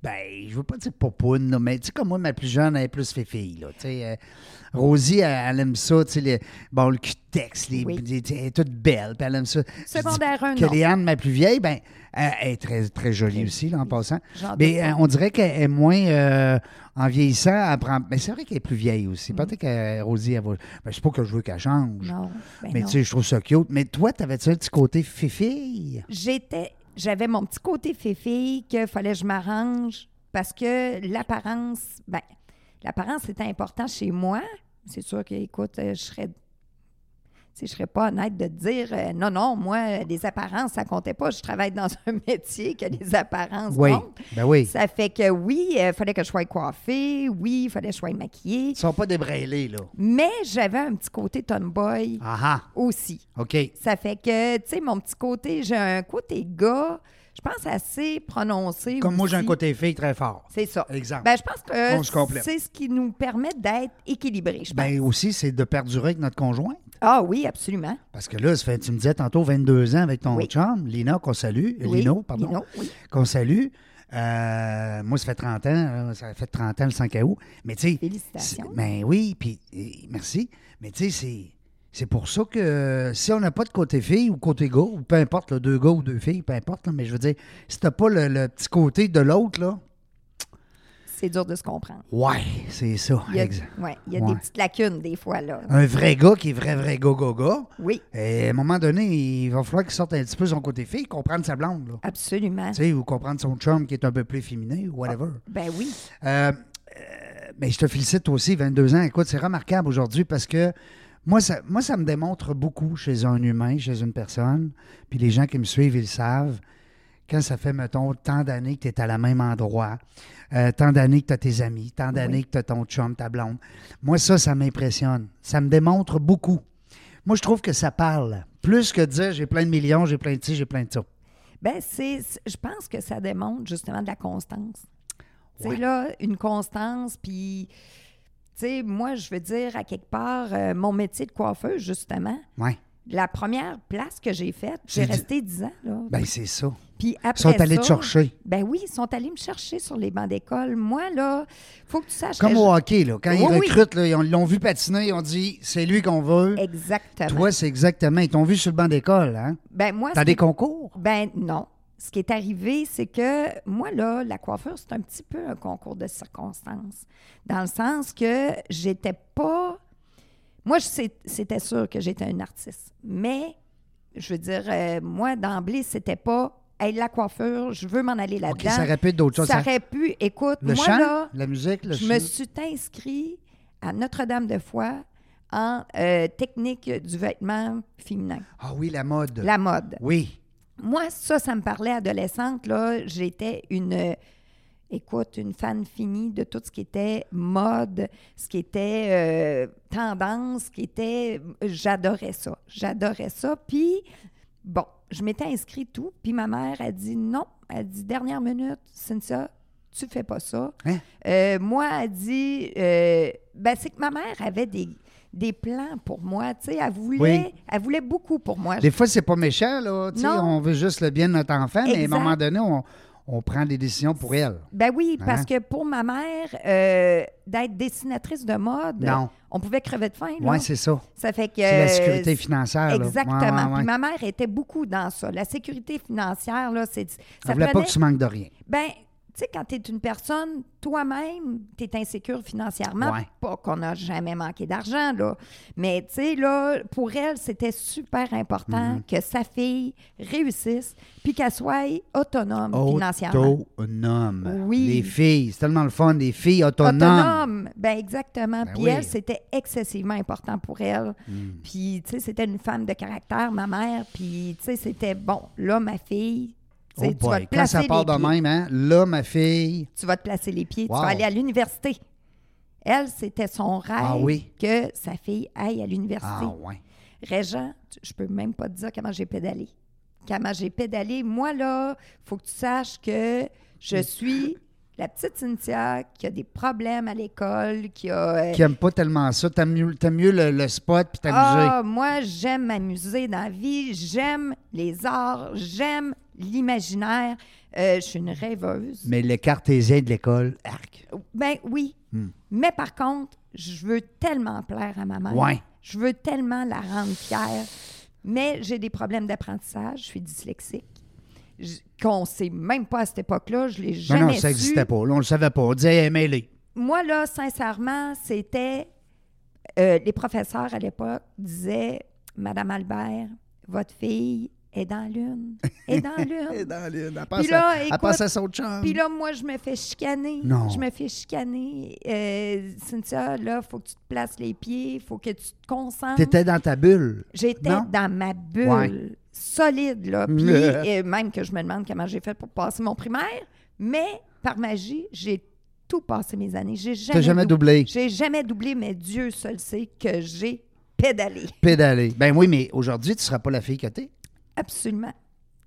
Speaker 1: ben, je veux pas dire popoune, là, mais tu sais, comme moi, ma plus jeune, elle est plus fille là, tu sais. euh, Rosie, elle, elle aime ça, tu sais, les- bon, le cutex, les,
Speaker 2: Oui.
Speaker 1: les- elle est toute belle, puis elle aime ça. Je dis
Speaker 2: Secondaire un,
Speaker 1: que
Speaker 2: non.
Speaker 1: Léane, ma plus vieille, ben, elle elle est très, très jolie aussi, là, en passant.
Speaker 2: J'en doute
Speaker 1: Mais
Speaker 2: pas.
Speaker 1: euh, on dirait qu'elle est moins, euh, en vieillissant, elle prend... Mais c'est vrai qu'elle est plus vieille aussi. Peut-être que Rosie, elle va... Ben, c'est pas que je veux qu'elle change.
Speaker 2: Mm-hmm. Non, ben
Speaker 1: Mais
Speaker 2: non.
Speaker 1: tu sais, je trouve ça cute. Mais toi, t'avais-tu un petit côté fille
Speaker 2: J'étais, j'avais mon petit côté féfille que fallait que je m'arrange parce que l'apparence, ben, l'apparence c'était important chez moi. C'est sûr que, écoute, euh, je serais, tu sais, je serais pas honnête de te dire, euh, non, non, moi, les apparences, ça comptait pas. Je travaille dans un métier que les apparences
Speaker 1: Oui.
Speaker 2: comptent.
Speaker 1: Ben oui.
Speaker 2: Ça fait que oui, il fallait que je sois coiffée, oui, il fallait que je sois maquillée,
Speaker 1: Ils sont pas débraillés, là.
Speaker 2: mais j'avais un petit côté tomboy
Speaker 1: Ah
Speaker 2: aussi.
Speaker 1: ah, OK. Puis
Speaker 2: Ça fait que, tu sais, mon petit côté, j'ai un côté gars, je pense assez prononcé.
Speaker 1: Comme moi, j'ai un
Speaker 2: aussi.
Speaker 1: côté fille très fort.
Speaker 2: C'est ça.
Speaker 1: Exemple.
Speaker 2: Ben, je pense que
Speaker 1: On se complète.
Speaker 2: c'est ce qui nous permet d'être équilibrés, je pense.
Speaker 1: Ben aussi, c'est de perdurer avec notre conjointe.
Speaker 2: ah oui, absolument.
Speaker 1: Parce que là, ça fait- tu me disais tantôt 22 ans avec ton
Speaker 2: Oui.
Speaker 1: chum, Lina, qu'on salue.
Speaker 2: Oui,
Speaker 1: Lino, pardon.
Speaker 2: Lino, oui.
Speaker 1: Qu'on salue. Euh, moi, ça fait 30 ans, euh, ça fait 30 ans le 5 août. Mais tu sais.
Speaker 2: Félicitations.
Speaker 1: c'est- Ben oui, puis et- merci. Mais tu sais, c'est. C'est pour ça que euh, si on n'a pas de côté fille ou côté gars, ou peu importe, là, deux gars ou deux filles, peu importe, là, mais je veux dire, si t'as pas le, le petit côté de l'autre, là,
Speaker 2: C'est dur de se comprendre.
Speaker 1: ouais, c'est ça.
Speaker 2: Il y a,
Speaker 1: exact.
Speaker 2: ouais, il y a
Speaker 1: Ouais. Ah.
Speaker 2: des petites lacunes des fois, là.
Speaker 1: Un vrai gars qui est vrai, vrai gars, gars, gars,
Speaker 2: Oui,
Speaker 1: et à un moment donné, il va falloir qu'il sorte un petit peu son côté fille, comprendre sa blonde, là.
Speaker 2: absolument.
Speaker 1: Tu sais, ou comprendre son chum qui est un peu plus féminin, ou whatever.
Speaker 2: Ben oui.
Speaker 1: Euh, euh, mais je te félicite toi aussi, 22 ans. Écoute, c'est remarquable aujourd'hui parce que moi ça, moi, ça me démontre beaucoup chez un humain, chez une personne. Puis les gens qui me suivent, ils le savent. Quand ça fait, mettons, tant d'années que tu es à la même endroit, euh, tant d'années que tu as tes amis, tant d'années que tu as ton chum, ta blonde. Moi, ça, ça m'impressionne. Ça me démontre beaucoup. Moi, je trouve que ça parle. Plus que de dire j'ai plein de millions, j'ai plein de ci, j'ai plein de ça.
Speaker 2: Ben, c'est, c'est- je pense que ça démontre justement de la constance. Tu sais,
Speaker 1: Ouais.
Speaker 2: là, une constance, puis, tu sais, moi, je veux dire, à quelque part, euh, mon métier de coiffeuse, justement,
Speaker 1: Ouais.
Speaker 2: la première place que j'ai faite, j'ai
Speaker 1: C'est du-
Speaker 2: resté 10 ans, là.
Speaker 1: Ben, c'est ça.
Speaker 2: Puis après
Speaker 1: Ils sont allés
Speaker 2: ça,
Speaker 1: te chercher.
Speaker 2: Ben oui, ils sont allés me chercher sur les bancs d'école. Moi, là, faut que tu saches...
Speaker 1: Comme
Speaker 2: que
Speaker 1: au
Speaker 2: je-
Speaker 1: hockey, là. Quand ils
Speaker 2: Oui, oui.
Speaker 1: recrutent, là, ils ont- ils l'ont vu patiner, ils ont dit c'est lui qu'on veut.
Speaker 2: Exactement.
Speaker 1: Toi, c'est exactement. Ils t'ont vu sur le banc d'école, hein?
Speaker 2: ben moi,
Speaker 1: T'as
Speaker 2: ce
Speaker 1: des
Speaker 2: qui-
Speaker 1: concours?
Speaker 2: Ben non. Ce qui est arrivé, c'est que moi, là, la coiffure, c'est un petit peu un concours de circonstances. Dans le sens que j'étais pas. Moi, je sais- c'était sûr que j'étais une artiste. Mais, je veux dire, euh, moi, d'emblée, c'était pas. Hey, la coiffure, je veux m'en aller là-dedans.
Speaker 1: ça aurait pu être d'autres choses.
Speaker 2: Ça
Speaker 1: Ça-
Speaker 2: aurait pu. Écoute,
Speaker 1: hein. Le
Speaker 2: moi,
Speaker 1: chant?
Speaker 2: là,
Speaker 1: la musique, le
Speaker 2: je
Speaker 1: chant?
Speaker 2: me suis inscrite à Notre-Dame-de-Foi en euh, technique du vêtement féminin,
Speaker 1: Ah oui, la mode.
Speaker 2: la mode.
Speaker 1: Oui.
Speaker 2: Moi, ça, ça me parlait adolescente. Là, j'étais une, euh, écoute, une fan finie de tout ce qui était mode, ce qui était euh, tendance, ce qui était, j'adorais ça, j'adorais ça. Puis, bon, je m'étais inscrite tout. Puis ma mère a dit non, elle dit dernière minute, Cynthia, tu fais pas ça.
Speaker 1: Hein?
Speaker 2: Euh, moi, elle dit, euh, ben, c'est que ma mère avait des des plans pour moi, tu sais, elle voulait, elle voulait beaucoup pour moi.
Speaker 1: Des fois, c'est pas méchant, là. Tu sais,
Speaker 2: Non.
Speaker 1: on veut juste le bien de notre enfant, mais à un
Speaker 2: Exact.
Speaker 1: moment donné, on, on prend des décisions pour elle.
Speaker 2: Ben oui, parce
Speaker 1: Hein?
Speaker 2: que pour ma mère, euh, d'être dessinatrice de mode,
Speaker 1: Non.
Speaker 2: on pouvait crever de faim. Ben là.
Speaker 1: Oui, c'est ça.
Speaker 2: ça fait que
Speaker 1: C'est la
Speaker 2: euh,
Speaker 1: sécurité financière, là. Ouais,
Speaker 2: Exactement.
Speaker 1: ouais, ouais.
Speaker 2: Puis ma mère était beaucoup dans ça. La sécurité financière, là, c'est. Ça
Speaker 1: Elle voulait pas
Speaker 2: prenait-
Speaker 1: que tu manques de rien.
Speaker 2: Ben, tu sais, quand tu es une personne, toi-même, tu es insécure financièrement.
Speaker 1: Ouais.
Speaker 2: Pas qu'on n'a jamais manqué d'argent, là. Mais, tu sais, là, pour elle, c'était super important
Speaker 1: Mm-hmm.
Speaker 2: que sa fille réussisse puis qu'elle soit autonome financièrement.
Speaker 1: Autonome.
Speaker 2: Oui.
Speaker 1: Les filles, c'est tellement le fun, les filles autonomes.
Speaker 2: Autonome. Ben exactement.
Speaker 1: Ben
Speaker 2: Puis
Speaker 1: oui. Hmm.
Speaker 2: elle, c'était excessivement important pour elle. Puis, tu sais, c'était une femme de caractère, ma mère. Puis, tu sais, c'était bon. Là, ma fille, tu sais,
Speaker 1: Oh
Speaker 2: tu vas
Speaker 1: boy,
Speaker 2: te
Speaker 1: quand
Speaker 2: placer
Speaker 1: ça part
Speaker 2: les
Speaker 1: de
Speaker 2: pieds.
Speaker 1: même, hein? Là, ma fille,
Speaker 2: Tu vas te placer les pieds.
Speaker 1: Wow.
Speaker 2: Tu vas aller à l'université. Elle, c'était son rêve
Speaker 1: Ah oui.
Speaker 2: que sa fille aille à l'université.
Speaker 1: ah ouais.
Speaker 2: Régent, tu- je peux même pas te dire comment j'ai pédalé. Comment j'ai pédalé. Moi, là, faut que tu saches que je suis la petite Cynthia qui a des problèmes à l'école, qui a. euh,
Speaker 1: qui aiment pas tellement ça. T'aimes mieux, t'aimes mieux le, le spot puis t'amuser.
Speaker 2: ah, moi, j'aime m'amuser dans la vie, j'aime les arts, j'aime l'imaginaire. Euh, je suis une rêveuse.
Speaker 1: Mais le cartésien de l'école, arc.
Speaker 2: Ben oui.
Speaker 1: Hmm.
Speaker 2: Mais par contre, je veux tellement plaire à ma mère.
Speaker 1: Ouais.
Speaker 2: Je veux tellement la rendre fière. Mais j'ai des problèmes d'apprentissage. Je suis dyslexique. Je- Qu'on ne sait même pas à cette époque-là. Je l'ai
Speaker 1: Non,
Speaker 2: jamais
Speaker 1: non, ça
Speaker 2: su.
Speaker 1: n'existait pas. Là, on le savait pas. On disait, hey, mêlé.
Speaker 2: Moi, là, sincèrement, c'était... euh, les professeurs à l'époque disaient, « Madame Albert, votre fille est dans la lune. Est dans la lune.
Speaker 1: Puis
Speaker 2: là,
Speaker 1: elle
Speaker 2: écoute,
Speaker 1: passe à son chum.
Speaker 2: Puis là, moi, je me fais chicaner.
Speaker 1: Non.
Speaker 2: Je me fais chicaner. Euh, Cynthia, là, faut que tu te places les pieds, faut que tu te concentres.
Speaker 1: T'étais dans ta bulle.
Speaker 2: J'étais
Speaker 1: Non?
Speaker 2: dans ma bulle
Speaker 1: Ouais.
Speaker 2: solide, là. Puis
Speaker 1: Yeah.
Speaker 2: euh, même que je me demande comment j'ai fait pour passer mon primaire, mais par magie, j'ai tout passé mes années. J'ai jamais,
Speaker 1: jamais
Speaker 2: dou-
Speaker 1: doublé.
Speaker 2: J'ai jamais doublé, mais Dieu seul sait que j'ai pédalé.
Speaker 1: Pédalé. Ben oui, mais aujourd'hui, tu seras pas la fille que t'es.
Speaker 2: Absolument.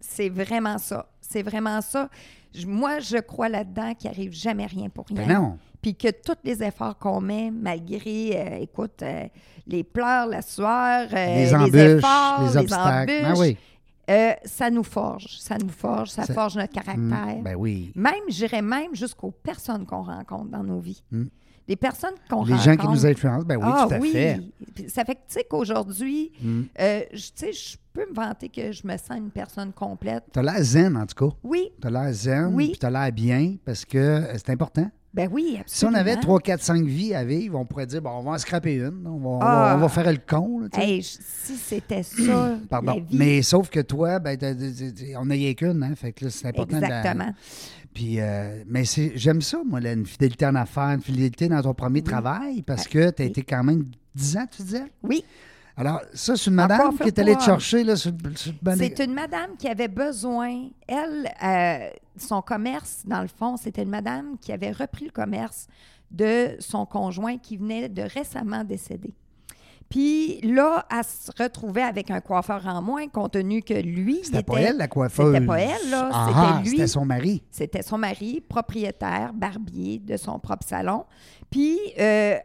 Speaker 2: C'est vraiment ça. C'est vraiment ça. Je- moi, je crois là-dedans qu'il n'arrive jamais rien pour rien.
Speaker 1: Ben non.
Speaker 2: Puis que tous les efforts qu'on met, malgré, euh, écoute, euh, les pleurs, la sueur, euh,
Speaker 1: Eh, Les embûches,
Speaker 2: efforts,
Speaker 1: les obstacles. Ben oui.
Speaker 2: euh, ça nous forge, ça nous forge, ça,
Speaker 1: Ça-
Speaker 2: forge notre caractère.
Speaker 1: Ben oui.
Speaker 2: Même, j'irais même jusqu'aux personnes qu'on rencontre dans nos vies. Des personnes qu'on
Speaker 1: Mm. Les
Speaker 2: rencontre.
Speaker 1: gens qui nous influencent, ben oui,
Speaker 2: ah,
Speaker 1: tout à
Speaker 2: oui.
Speaker 1: fait. Mm.
Speaker 2: Puis Ça fait que, tu sais, qu'aujourd'hui, euh, je- tu sais, je peux me vanter que je me sens une personne complète.
Speaker 1: T'as l'air zen, en tout cas.
Speaker 2: Oui,
Speaker 1: T'as l'air zen,
Speaker 2: Oui.
Speaker 1: puis t'as l'air bien, parce que euh, c'est important.
Speaker 2: ben oui, absolument.
Speaker 1: Si on avait 3, 4, 5 vies à vivre, on pourrait dire, bon, on va en scraper une, on va, on va-
Speaker 2: Ah.
Speaker 1: on va faire le con. là, tu sais.
Speaker 2: Hey, je- si c'était ça, la
Speaker 1: Pardon.
Speaker 2: vie,
Speaker 1: Mais sauf que toi, ben, t'as- t'as- t'as- t'as- on n'a rien qu'une, hein? Fait que là, c'est important. de la-
Speaker 2: exactement.
Speaker 1: Puis, euh, mais c'est- j'aime ça, moi, là, une fidélité en affaires, une fidélité dans ton premier travail, parce que tu as
Speaker 2: oui.
Speaker 1: été quand même 10 ans, tu disais?
Speaker 2: Oui,
Speaker 1: Alors, ça, c'est une
Speaker 2: Encore
Speaker 1: madame qui
Speaker 2: faire
Speaker 1: est allée te
Speaker 2: quoi?
Speaker 1: chercher, là, sur, sur le bon-
Speaker 2: c'est une madame qui avait besoin, elle, euh, son commerce, dans le fond, c'était une madame qui avait repris le commerce de son conjoint qui venait de récemment décéder. Puis là, elle se retrouvait avec un coiffeur en moins, compte tenu que lui. il
Speaker 1: C'était pas
Speaker 2: était-
Speaker 1: elle, la coiffeuse.
Speaker 2: C'était pas elle, là.
Speaker 1: Ah, ah,
Speaker 2: c'était lui.
Speaker 1: C'était son mari.
Speaker 2: C'était son mari, propriétaire, barbier de son propre salon. Puis, euh,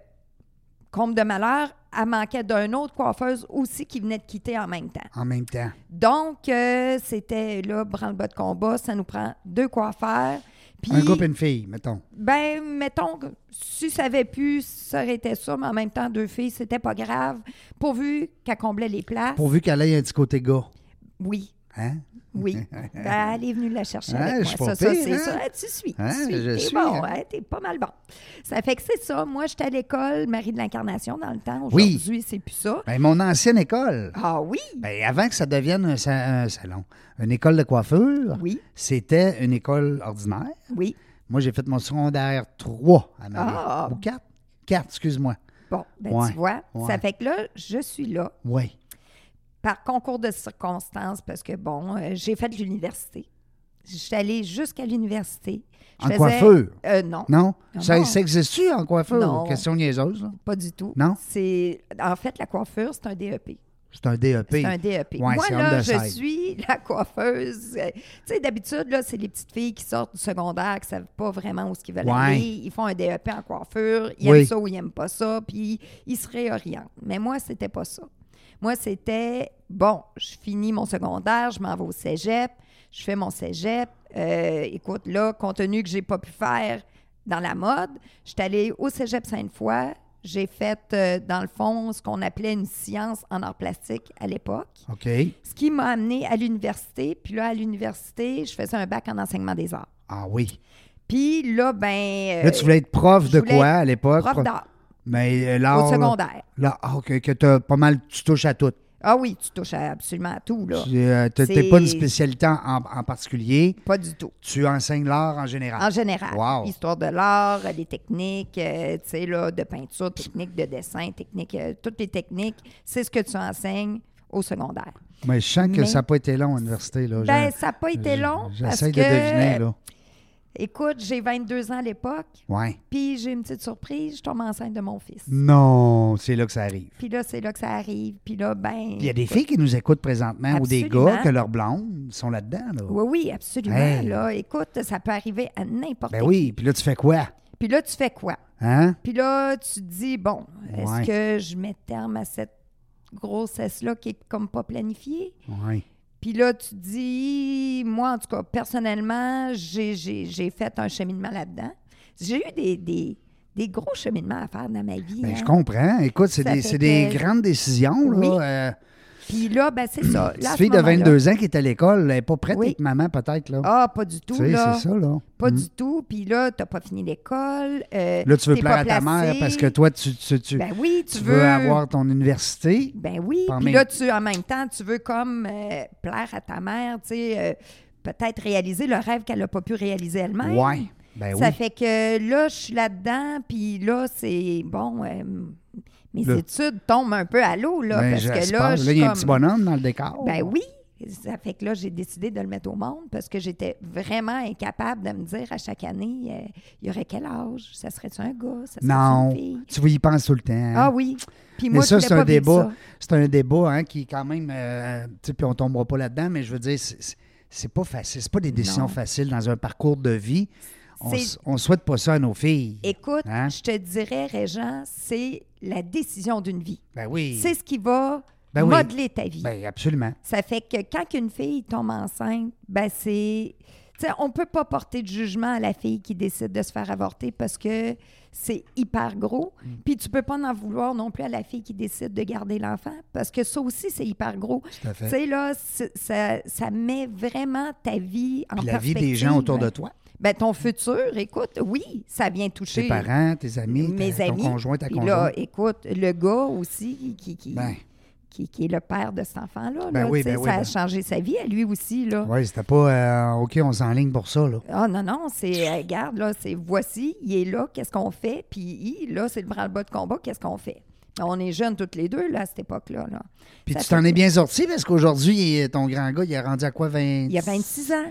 Speaker 2: comble de malheur, elle manquait d'une autre coiffeuse aussi qui venait de quitter en même temps.
Speaker 1: En même temps.
Speaker 2: Donc, euh, c'était là, branle-bas de combat, ça nous prend deux coiffeurs. Puis,
Speaker 1: Un couple et une fille, mettons.
Speaker 2: ben, mettons, que si ça avait pu, ça aurait été ça, mais en même temps, deux filles, c'était pas grave, pourvu qu'elle comblait les places.
Speaker 1: Pourvu qu'elle ait un petit côté gars.
Speaker 2: Oui.
Speaker 1: Hein?
Speaker 2: Oui. Ben, elle est venue la chercher
Speaker 1: Ouais, je
Speaker 2: avec
Speaker 1: suis
Speaker 2: moi.
Speaker 1: pas
Speaker 2: Ça, ça,
Speaker 1: pire,
Speaker 2: c'est
Speaker 1: hein?
Speaker 2: ça. Ah, tu suis.
Speaker 1: Hein,
Speaker 2: tu suis.
Speaker 1: je
Speaker 2: T'es
Speaker 1: suis,
Speaker 2: bon,
Speaker 1: hein?
Speaker 2: hein, t'es pas mal bon. Ça fait que c'est ça. Moi, j'étais à l'école, Marie de l'incarnation dans le temps.
Speaker 1: Oui.
Speaker 2: Aujourd'hui, c'est plus ça.
Speaker 1: Ben, mon ancienne école.
Speaker 2: Ah oui?
Speaker 1: Ben, avant que ça devienne un, sa- un salon, une école de coiffure,
Speaker 2: Oui.
Speaker 1: c'était une école ordinaire.
Speaker 2: Oui.
Speaker 1: Moi, j'ai fait mon secondaire 3 à Marie.
Speaker 2: Ah!
Speaker 1: Ou 4? 4, excuse-moi.
Speaker 2: Bon, ben,
Speaker 1: Ouais,
Speaker 2: tu vois.
Speaker 1: ouais.
Speaker 2: Ça fait que là, je suis là
Speaker 1: Oui.
Speaker 2: par concours de circonstances parce que, bon, euh, j'ai fait de l'université. J'étais allée jusqu'à l'université.
Speaker 1: En
Speaker 2: Je faisais-
Speaker 1: coiffeur?
Speaker 2: Euh, non,
Speaker 1: Non?
Speaker 2: Non,
Speaker 1: ça,
Speaker 2: non.
Speaker 1: ça existe-tu en coiffure?
Speaker 2: Non.
Speaker 1: Question niaiseuse. là.
Speaker 2: pas du tout.
Speaker 1: Non?
Speaker 2: C'est... En fait, la coiffure, c'est un DEP.
Speaker 1: C'est un E DEP.
Speaker 2: C'est un E DEP.
Speaker 1: Ouais,
Speaker 2: Moi,
Speaker 1: c'est
Speaker 2: là,
Speaker 1: homme de
Speaker 2: je
Speaker 1: scène.
Speaker 2: suis la coiffeuse. Euh, Tu sais, d'habitude, là, c'est les petites filles qui sortent du secondaire, qui ne savent pas vraiment où ce qu'ils veulent
Speaker 1: Ouais.
Speaker 2: aller. Ils font un DEP en coiffure. Ils
Speaker 1: Oui.
Speaker 2: aiment ça ou ils n'aiment pas ça, puis ils se réorientent. Mais moi, c'était pas ça. Moi, c'était, bon, je finis mon secondaire, je m'en vais au cégep, je fais mon cégep. Euh, écoute, là, compte tenu que j'ai pas pu faire dans la mode, je suis allée au cégep Sainte-Foy. J'ai fait, euh, dans le fond, ce qu'on appelait une science en art plastique à l'époque.
Speaker 1: OK.
Speaker 2: Ce qui m'a amené à l'université. Puis là, à l'université, je faisais un bac en enseignement des arts.
Speaker 1: Ah oui.
Speaker 2: Puis là, ben.
Speaker 1: Là, tu voulais être prof
Speaker 2: je
Speaker 1: de
Speaker 2: voulais
Speaker 1: quoi à l'époque?
Speaker 2: prof d'art
Speaker 1: Mais euh,
Speaker 2: au
Speaker 1: l'art. là-
Speaker 2: secondaire.
Speaker 1: Là, ah, OK, que t'as pas mal, tu touches à tout.
Speaker 2: Ah oui, tu touches à- absolument à tout, là.
Speaker 1: Tu euh, t'as- t'es
Speaker 2: C'est-
Speaker 1: pas une spécialité en, en particulier.
Speaker 2: Pas du tout.
Speaker 1: Tu enseignes l'art en général.
Speaker 2: En général.
Speaker 1: Wow.
Speaker 2: Histoire de l'art, euh, les techniques, euh, tu sais, là, de peinture, technique de dessin, technique, euh, toutes les techniques, c'est ce que tu enseignes au secondaire.
Speaker 1: Mais je sens que
Speaker 2: Mais-
Speaker 1: ça n'a pas été long à l'université. Là.
Speaker 2: Ben,
Speaker 1: Je-
Speaker 2: ça n'a pas été
Speaker 1: je-
Speaker 2: long. parce
Speaker 1: J'essaie de
Speaker 2: que,
Speaker 1: deviner, là.
Speaker 2: Écoute, j'ai 22 ans à l'époque,
Speaker 1: Ouais.
Speaker 2: puis j'ai une petite surprise, je tombe enceinte de mon fils.
Speaker 1: Mm. Non, c'est là que ça arrive.
Speaker 2: Puis là, c'est là que ça arrive. Puis là, ben.
Speaker 1: Puis Il y a des filles qui nous écoutent présentement ou des
Speaker 2: Absolument.
Speaker 1: gars que leurs blondes sont là-dedans. Là.
Speaker 2: Oui, oui, absolument.
Speaker 1: Hey.
Speaker 2: Là, écoute, ça peut arriver à n'importe
Speaker 1: Ben
Speaker 2: qui.
Speaker 1: oui, puis là, tu fais quoi?
Speaker 2: Puis là, tu fais quoi?
Speaker 1: Hein?
Speaker 2: Puis là, tu te dis, bon, est-ce
Speaker 1: Ouais.
Speaker 2: que je mets terme à cette grossesse-là qui est comme pas planifiée?
Speaker 1: Oui.
Speaker 2: Puis là, tu te dis, moi, en tout cas, personnellement, j'ai- j'ai j'ai fait un cheminement là-dedans. J'ai eu des, des, des gros cheminements à faire dans ma vie.
Speaker 1: Ben,
Speaker 2: hein.
Speaker 1: je comprends. Écoute, c'est
Speaker 2: Ça
Speaker 1: des,
Speaker 2: fait
Speaker 1: c'est des
Speaker 2: que-
Speaker 1: grandes décisions. Là.
Speaker 2: Oui.
Speaker 1: Euh,
Speaker 2: Puis là, ben, c'est ça. Là, à
Speaker 1: petite
Speaker 2: ce
Speaker 1: fille de
Speaker 2: moment-là-
Speaker 1: 22 ans qui est à l'école, elle n'est pas prête
Speaker 2: Oui.
Speaker 1: avec maman, peut-être. Là.
Speaker 2: Ah, pas du tout,
Speaker 1: tu sais,
Speaker 2: là.
Speaker 1: c'est ça, là.
Speaker 2: Pas
Speaker 1: Mm.
Speaker 2: du tout. Puis là, t'as pas fini l'école. euh,
Speaker 1: Là, tu veux
Speaker 2: t'es
Speaker 1: plaire
Speaker 2: pas
Speaker 1: à ta
Speaker 2: placé.
Speaker 1: mère parce que toi, tu, tu, tu,
Speaker 2: Ben oui, tu,
Speaker 1: tu veux... avoir ton université.
Speaker 2: Ben oui.
Speaker 1: Pas en
Speaker 2: Puis
Speaker 1: même-
Speaker 2: là, tu, en même temps, tu veux comme euh, plaire à ta mère, tu sais, euh, peut-être réaliser le rêve qu'elle n'a pas pu réaliser elle-même.
Speaker 1: Ouais. Ben
Speaker 2: Ça
Speaker 1: oui.
Speaker 2: fait que là, je suis là-dedans, puis là, c'est bon. euh, mes
Speaker 1: Là.
Speaker 2: études tombent un peu à l'eau, là,
Speaker 1: Ben,
Speaker 2: parce que
Speaker 1: j'espère.
Speaker 2: là, je
Speaker 1: il
Speaker 2: suis
Speaker 1: y a un
Speaker 2: comme-
Speaker 1: petit bonhomme dans le décor.
Speaker 2: Ben oui. Ça fait que là, j'ai décidé de le mettre au monde parce que j'étais vraiment incapable de me dire à chaque année, euh, il y aurait quel âge? Ça serait-tu un gars? Ça serait
Speaker 1: Non,
Speaker 2: une fille?
Speaker 1: tu y penses tout le temps.
Speaker 2: Ah oui. Puis
Speaker 1: Mais
Speaker 2: moi,
Speaker 1: ça,
Speaker 2: je voulais
Speaker 1: c'est un
Speaker 2: pas vivre
Speaker 1: débat.
Speaker 2: ça.
Speaker 1: C'est un débat hein, qui, quand même, euh, tu sais, puis on tombera pas là-dedans, mais je veux dire, c'est- c'est- c'est pas facile. C'est pas des décisions
Speaker 2: Non.
Speaker 1: faciles dans un parcours de vie. On,
Speaker 2: C'est-
Speaker 1: s- on souhaite pas ça à nos filles.
Speaker 2: Écoute,
Speaker 1: Hein?
Speaker 2: je te dirais, Régent, c'est la décision d'une vie.
Speaker 1: Ben oui.
Speaker 2: C'est ce qui va
Speaker 1: Ben oui.
Speaker 2: modeler ta vie.
Speaker 1: Ben, absolument.
Speaker 2: Ça fait que quand une fille tombe enceinte, ben c'est. Tu sais, on peut pas porter de jugement à la fille qui décide de se faire avorter parce que c'est hyper gros.
Speaker 1: Mm.
Speaker 2: Puis tu peux pas en vouloir non plus à la fille qui décide de garder l'enfant parce que ça aussi, c'est hyper gros.
Speaker 1: Tout à fait.
Speaker 2: Tu sais, là, c'est- ça, ça met vraiment ta vie en
Speaker 1: Puis
Speaker 2: perspective.
Speaker 1: la vie des gens autour de toi,
Speaker 2: Ben, ton futur, écoute, oui, ça vient toucher
Speaker 1: tes parents, tes amis, ta-
Speaker 2: mes
Speaker 1: ton
Speaker 2: amis.
Speaker 1: conjoint, ta
Speaker 2: Puis
Speaker 1: conjointe.
Speaker 2: là, écoute, le gars aussi qui, qui,
Speaker 1: Ben.
Speaker 2: qui, qui est le père de cet enfant-là,
Speaker 1: Ben
Speaker 2: là,
Speaker 1: oui,
Speaker 2: tu sais,
Speaker 1: ben oui,
Speaker 2: ça a
Speaker 1: ben.
Speaker 2: changé sa vie à lui aussi. Là.
Speaker 1: Oui, c'était pas euh, OK, on s'enligne pour ça. Là.
Speaker 2: Ah non, non, c'est, euh, regarde, là, c'est voici, il est là, qu'est-ce qu'on fait? Puis il, là, c'est le branle-bas de combat, qu'est-ce qu'on fait? On est jeunes toutes les deux, là, à cette époque-là. Là.
Speaker 1: Puis
Speaker 2: Ça
Speaker 1: tu t'en
Speaker 2: fait-
Speaker 1: es bien sorti parce qu'aujourd'hui, il- ton grand gars, il est rendu à quoi 20...
Speaker 2: Il y a 26 ans.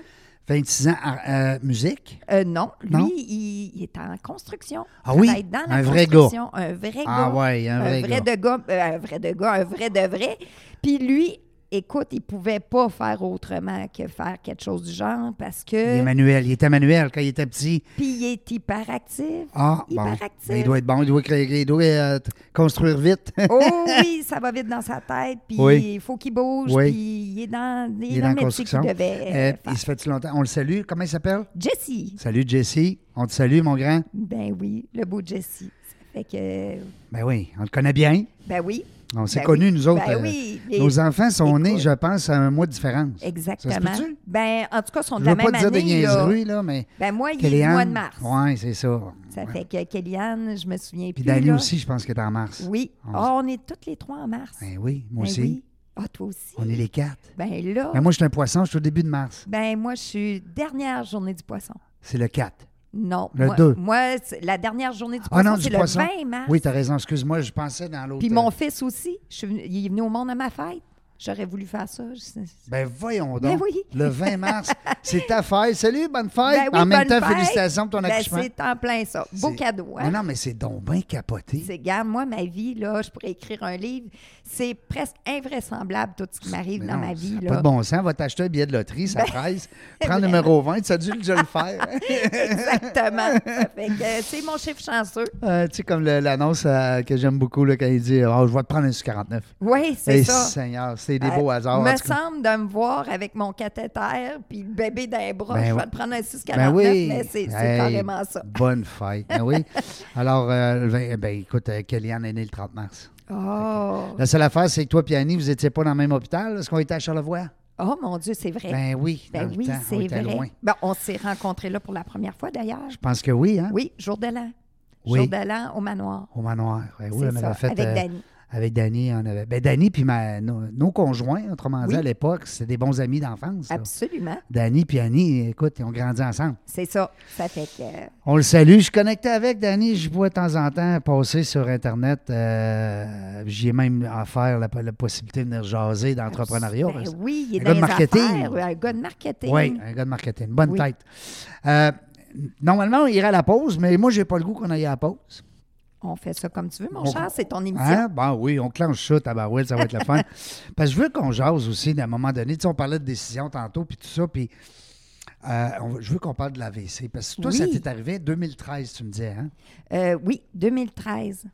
Speaker 1: 26 ans à, euh, musique.
Speaker 2: Euh, non, lui,
Speaker 1: Non?
Speaker 2: Il, il est en construction.
Speaker 1: Ah oui?
Speaker 2: Travaille Dans la
Speaker 1: Un vrai
Speaker 2: construction. Un vrai gars.
Speaker 1: Ah ouais, un vrai gars.
Speaker 2: De gars euh, un vrai de gars, un vrai de vrai. Puis lui, écoute, il pouvait pas faire autrement que faire quelque chose du genre parce
Speaker 1: Il est
Speaker 2: que...
Speaker 1: manuel. Il était manuel quand il était petit.
Speaker 2: Puis il est hyperactif.
Speaker 1: Ah, bon.
Speaker 2: Hyperactif.
Speaker 1: Ben, Il doit être bon. Il doit, créer- il doit, euh, t- construire vite. Euh,
Speaker 2: Oh oui, ça va vite dans sa tête, puis
Speaker 1: Oui.
Speaker 2: il faut qu'il bouge,
Speaker 1: Oui.
Speaker 2: puis il est dans, il est
Speaker 1: il est
Speaker 2: dans
Speaker 1: dans
Speaker 2: le
Speaker 1: la
Speaker 2: métier qu'il
Speaker 1: construction.
Speaker 2: devait euh,
Speaker 1: Euh,
Speaker 2: faire.
Speaker 1: il se fait-tu longtemps? On le salue. Comment il s'appelle?
Speaker 2: Jesse,
Speaker 1: Salut, Jesse. On te salue, mon grand.
Speaker 2: ben oui, le beau Jesse. Ça fait que,
Speaker 1: Ben oui, on le connaît bien.
Speaker 2: ben oui.
Speaker 1: On s'est
Speaker 2: Ben
Speaker 1: connus,
Speaker 2: oui.
Speaker 1: nous autres.
Speaker 2: Ben
Speaker 1: euh,
Speaker 2: oui, les-
Speaker 1: Nos enfants sont nés,
Speaker 2: Écoute.
Speaker 1: je pense, à un mois de différence.
Speaker 2: Exactement.
Speaker 1: Ça se peut-tu?
Speaker 2: ben, en tout cas, ils sont
Speaker 1: Je
Speaker 2: de
Speaker 1: ne veux
Speaker 2: la
Speaker 1: pas
Speaker 2: même
Speaker 1: te dire des
Speaker 2: année. là.
Speaker 1: niaiseries, là, mais...
Speaker 2: Ben moi, il est
Speaker 1: Kellyanne.
Speaker 2: du mois de mars.
Speaker 1: Oui, c'est ça.
Speaker 2: Ça
Speaker 1: Ouais.
Speaker 2: fait que Kellyanne, je me souviens
Speaker 1: Puis
Speaker 2: plus.
Speaker 1: Dani
Speaker 2: là.
Speaker 1: aussi, je pense, que est en mars.
Speaker 2: Oui.
Speaker 1: On-
Speaker 2: Ah, on est toutes les trois en mars.
Speaker 1: Ben oui, moi
Speaker 2: Ben
Speaker 1: aussi.
Speaker 2: oui. Ah, toi aussi.
Speaker 1: On est les quatre.
Speaker 2: Ben là,
Speaker 1: Ben moi, je suis un poisson, je suis au début de mars.
Speaker 2: ben moi, je suis dernière journée du poisson.
Speaker 1: C'est le 4.
Speaker 2: Non.
Speaker 1: Le
Speaker 2: moi,
Speaker 1: deux.
Speaker 2: Moi, c'est- la dernière journée du
Speaker 1: Ah
Speaker 2: poisson,
Speaker 1: non,
Speaker 2: Ah, c'est
Speaker 1: du
Speaker 2: le
Speaker 1: poisson.
Speaker 2: 20 mars.
Speaker 1: Oui, t'as raison, excuse-moi, je pensais dans l'autre.
Speaker 2: Puis mon
Speaker 1: euh,
Speaker 2: fils aussi, je suis venue- il est venu au monde à ma fête. J'aurais voulu faire ça. Je-
Speaker 1: Ben voyons donc.
Speaker 2: Ben oui.
Speaker 1: Le 20 mars, c'est ta fête. Salut, bonne fête.
Speaker 2: Ben oui,
Speaker 1: en même
Speaker 2: bonne
Speaker 1: temps,
Speaker 2: fête.
Speaker 1: félicitations pour ton
Speaker 2: Ben,
Speaker 1: accouchement.
Speaker 2: C'est en plein ça. Beau
Speaker 1: C'est- Ben
Speaker 2: cadeau.
Speaker 1: Non,
Speaker 2: Hein?
Speaker 1: non, mais c'est donc bien capoté.
Speaker 2: C'est, regarde, moi, ma vie, là, je pourrais écrire un livre. C'est presque invraisemblable tout ce qui m'arrive
Speaker 1: Mais
Speaker 2: dans
Speaker 1: non,
Speaker 2: ma
Speaker 1: ça
Speaker 2: vie.
Speaker 1: a
Speaker 2: Là. Ben,
Speaker 1: Pas de bon sens, va t'acheter un billet de loterie, ça presse. Prends le numéro 20, ça a dû déjà le faire. hein.
Speaker 2: Exactement. Ça fait que, euh, c'est mon chiffre chanceux.
Speaker 1: Euh, tu sais, comme le- l'annonce euh, que j'aime beaucoup là, quand il dit oh, Je vais te prendre un 49.
Speaker 2: Oui, c'est
Speaker 1: Eh,
Speaker 2: ça. Euh,
Speaker 1: Seigneur, c'est des
Speaker 2: Il
Speaker 1: beaux hasards. en
Speaker 2: me
Speaker 1: tout cas.
Speaker 2: semble de me voir avec mon cathéter puis le bébé dans les bras.
Speaker 1: Ben
Speaker 2: je
Speaker 1: oui.
Speaker 2: vais te prendre un 6,49,
Speaker 1: Ben oui.
Speaker 2: mais c'est, c'est
Speaker 1: Hey,
Speaker 2: carrément ça.
Speaker 1: Bonne fête. Ben oui. Alors, euh, le vingt- ben, écoute, euh, Kellyanne est née le 30 mars.
Speaker 2: Oh,
Speaker 1: La seule affaire, c'est que toi et Annie, vous n'étiez pas dans le même hôpital. Est-ce qu'on était à Charlevoix?
Speaker 2: oh mon Dieu, c'est vrai.
Speaker 1: Ben oui.
Speaker 2: Ben
Speaker 1: dans le
Speaker 2: oui,
Speaker 1: temps, on
Speaker 2: c'est
Speaker 1: était
Speaker 2: vrai.
Speaker 1: loin.
Speaker 2: Ben, on s'est rencontrés là pour la première fois d'ailleurs.
Speaker 1: Je pense que oui, hein?
Speaker 2: Oui, jour de l'an.
Speaker 1: Oui.
Speaker 2: Jour de l'an au manoir.
Speaker 1: Au manoir. Ouais, oui,
Speaker 2: C'est
Speaker 1: on avait
Speaker 2: ça,
Speaker 1: fait. euh,
Speaker 2: avec Dany.
Speaker 1: Avec Dany, on avait. Ben, Dany, puis ma- nos, nos conjoints, autrement dit,
Speaker 2: Oui.
Speaker 1: à l'époque, c'était des bons amis d'enfance. là.
Speaker 2: Absolument.
Speaker 1: Dany puis Annie, écoute, ils ont grandi ensemble.
Speaker 2: C'est ça. Ça fait que.
Speaker 1: On le salue. Je suis connecté avec Danny. Je vois de temps en temps passer sur Internet. Euh, J'y ai même offert la, la possibilité de venir jaser d'entrepreneuriat.
Speaker 2: Ben oui, il est
Speaker 1: Un
Speaker 2: dans
Speaker 1: gars de
Speaker 2: les
Speaker 1: marketing.
Speaker 2: affaires, oui, Un gars de marketing.
Speaker 1: Oui, un gars de marketing. Bonne
Speaker 2: Oui.
Speaker 1: tête. Euh, normalement, on irait à la pause, mais moi, j'ai pas le goût qu'on aille à la pause.
Speaker 2: On fait ça comme tu veux, mon
Speaker 1: On-
Speaker 2: cher. C'est ton émission.
Speaker 1: Hein? Ben oui, on clenche ça, tabarouette, ça va être le fun. Parce que je veux qu'on jase aussi, à un moment donné, tu sais, on parlait de décision tantôt, puis tout ça, puis euh, on- je veux qu'on parle de l'AVC. Parce que toi, ça
Speaker 2: Oui.
Speaker 1: t'est arrivé en 2013, tu me disais, hein?
Speaker 2: Euh, oui, 2013.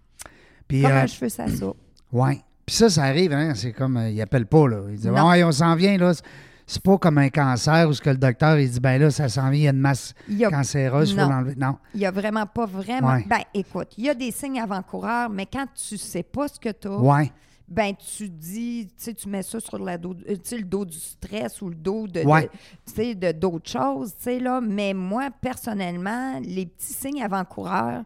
Speaker 1: Puis,
Speaker 2: Comme
Speaker 1: euh,
Speaker 2: un cheveu, ça saute.
Speaker 1: Oui. Puis ça, ça arrive, hein? C'est comme, euh, ils appellent pas, là. Ils disent,
Speaker 2: Non.
Speaker 1: ouais, on s'en vient, là. C'est- C'est pas comme un cancer où ce que le docteur, il dit, ben là, ça s'en vient, il y a une masse
Speaker 2: Il y a-
Speaker 1: cancéreuse, il faut
Speaker 2: Non.
Speaker 1: l'enlever. Non.
Speaker 2: Il n'y a vraiment pas vraiment.
Speaker 1: Ouais.
Speaker 2: Ben, écoute, il y a des signes avant-coureurs, mais quand tu sais pas ce que tu as,
Speaker 1: Ouais.
Speaker 2: ben tu dis, tu sais, tu mets ça sur la dos, euh, tu sais, le dos du stress ou le dos de, de-
Speaker 1: Ouais.
Speaker 2: tu sais, de- d'autres choses, tu sais, là. Mais moi, personnellement, les petits signes avant-coureurs,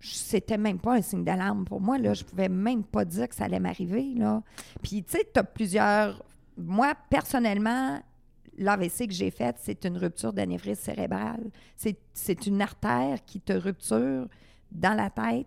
Speaker 2: je- c'était même pas un signe d'alarme pour moi, là. Je pouvais même pas dire que ça allait m'arriver, là. Puis, tu sais, tu as plusieurs... Moi, personnellement, l'AVC que j'ai faite, c'est une rupture d'anévrisme cérébrale. C'est- C'est une artère qui te rupture dans la tête.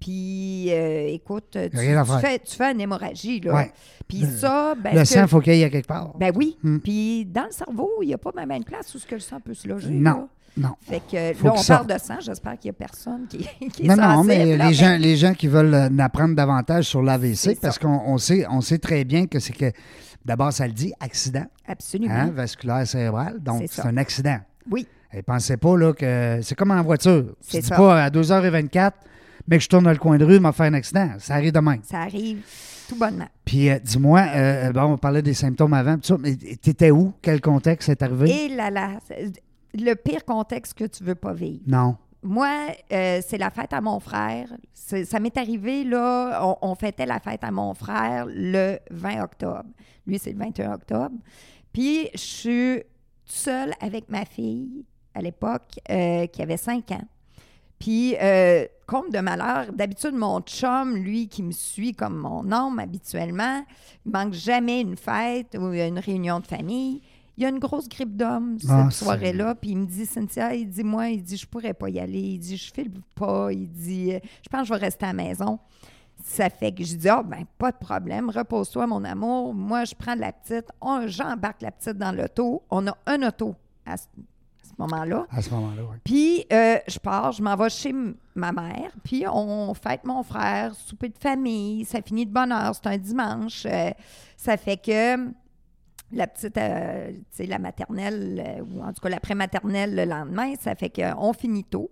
Speaker 2: Puis, euh, écoute, tu,
Speaker 1: Hmm. Rien à
Speaker 2: tu
Speaker 1: faire.
Speaker 2: fais, tu fais une hémorragie, là.
Speaker 1: Ouais.
Speaker 2: Puis
Speaker 1: Le-
Speaker 2: ça, ben,
Speaker 1: le
Speaker 2: que-
Speaker 1: sang, faut qu'il y aille à quelque part.
Speaker 2: ben oui.
Speaker 1: Hmm.
Speaker 2: Puis dans le cerveau, il n'y a pas ma même place où ce que le sang peut se loger.
Speaker 1: non. Non.
Speaker 2: Là. Fait que
Speaker 1: Faut qu'il
Speaker 2: là, on
Speaker 1: sorte.
Speaker 2: parle de sang. J'espère qu'il n'y a personne qui, qui est
Speaker 1: Non, non,
Speaker 2: sensible,
Speaker 1: mais
Speaker 2: là, ben,
Speaker 1: les gens, les gens qui veulent euh, en apprendre davantage sur l'AVC,
Speaker 2: C'est
Speaker 1: parce
Speaker 2: ça.
Speaker 1: qu'on on sait, on sait très bien que c'est que, d'abord, ça le dit, accident
Speaker 2: Absolument.
Speaker 1: hein, vasculaire cérébral. Donc,
Speaker 2: Mm-hmm. C'est
Speaker 1: c'est
Speaker 2: ça.
Speaker 1: un accident.
Speaker 2: Oui.
Speaker 1: Et pensez pas là, que c'est comme en voiture. Tu
Speaker 2: C'est
Speaker 1: dis
Speaker 2: ça.
Speaker 1: pas à 2h24, mais que je tourne dans le coin de rue, m'a fait un accident. Ça arrive demain.
Speaker 2: Ça arrive tout bonnement.
Speaker 1: Puis Puis euh, dis-moi, euh, bon, on parlait des symptômes avant, tout ça, mais t'étais où? Quel contexte est arrivé?
Speaker 2: Et là, là, c'est- le pire contexte que tu veux pas vivre.
Speaker 1: Non.
Speaker 2: Moi, euh, c'est la fête à mon frère. C'est- Ça m'est arrivé, là, on, on fêtait la fête à mon frère le 20 octobre. Lui, c'est le 21 octobre. Puis, je suis toute seule avec ma fille, à l'époque, euh, qui avait 5 ans. Puis, euh, compte de malheur, d'habitude, mon chum, lui, qui me suit comme mon homme habituellement, il manque jamais une fête ou une réunion de famille. Il y a une grosse grippe d'homme cette
Speaker 1: Ah, c'est-
Speaker 2: soirée-là. Puis il me dit, Cynthia, il dit, moi, il dit, je pourrais pas y aller. Il dit, je file pas. Il dit, euh, je pense que je vais rester à la maison. Ça fait que je dis, ah, ben, pas de problème, repose-toi, mon amour. Moi, je prends la petite, on, j'embarque la petite dans l'auto. On a un auto à ce- à ce moment-là.
Speaker 1: À ce moment-là, oui.
Speaker 2: Puis, euh, je pars, je m'en vais chez m- ma mère, puis on fête mon frère, souper de famille, ça finit de bonne heure, c'est un dimanche. euh, ça fait que mm, la petite, euh, tu sais, la maternelle, euh, ou en tout cas la prématernelle le lendemain, ça fait qu'on finit tôt.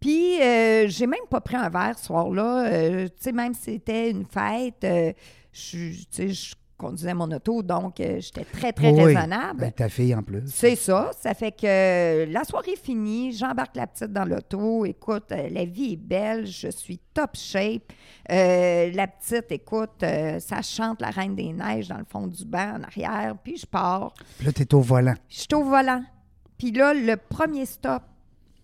Speaker 2: Puis, euh, j'ai même pas pris un verre ce soir-là. euh, tu sais, même si c'était une fête, euh, je- tu sais, je conduisais mon auto, donc euh, j'étais très, très
Speaker 1: Oui,
Speaker 2: raisonnable.
Speaker 1: Avec ta fille en plus.
Speaker 2: Ah, ben, C'est ça. Ça fait que euh, la soirée est finie, j'embarque la petite dans l'auto. Écoute, euh, la vie est belle, je suis top shape. Euh, la petite, écoute, euh, ça chante la Reine des Neiges dans le fond du banc en arrière, puis je pars.
Speaker 1: Puis là, t'es au volant.
Speaker 2: Je suis au volant. Puis là, le premier stop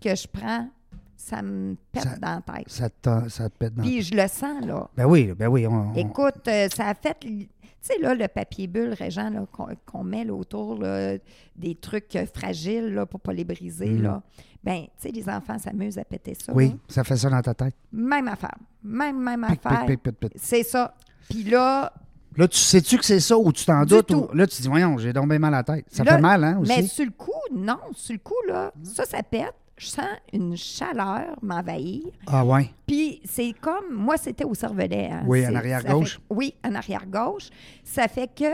Speaker 2: que je prends, ça me pète
Speaker 1: Ça-
Speaker 2: dans la tête.
Speaker 1: Ça te, ça te pète dans
Speaker 2: Puis je le sens, là.
Speaker 1: Ben oui, ben oui. On, on-
Speaker 2: Écoute, euh, ça a fait. Tu sais, là, le papier bulle, Régent, là, qu'on qu'on met là, autour là, des trucs euh, fragiles là, pour ne pas les briser, là. Ben, tu sais, les enfants s'amusent à péter ça.
Speaker 1: Mm. oui,
Speaker 2: là.
Speaker 1: ça fait ça dans ta tête.
Speaker 2: Même affaire. Même, même
Speaker 1: Pic, pic,
Speaker 2: affaire.
Speaker 1: pic, pic, pic.
Speaker 2: C'est ça. Puis là,
Speaker 1: Là, tu sais-tu que c'est ça ou tu t'en
Speaker 2: Du
Speaker 1: doutes?
Speaker 2: tout.
Speaker 1: Ou, là, tu dis, voyons, j'ai donc bien mal à la tête. Ça
Speaker 2: Là,
Speaker 1: fait mal, hein, aussi? Mm.
Speaker 2: Mais sur le coup, non. Sur le coup, là, ça, ça pète. Je sens une chaleur m'envahir.
Speaker 1: Ah ouais.
Speaker 2: Puis c'est comme, moi, c'était au cervelet. hein.
Speaker 1: Oui, en
Speaker 2: C'est-
Speaker 1: arrière-gauche.
Speaker 2: ça fait- Oui, en arrière-gauche. Ça fait que,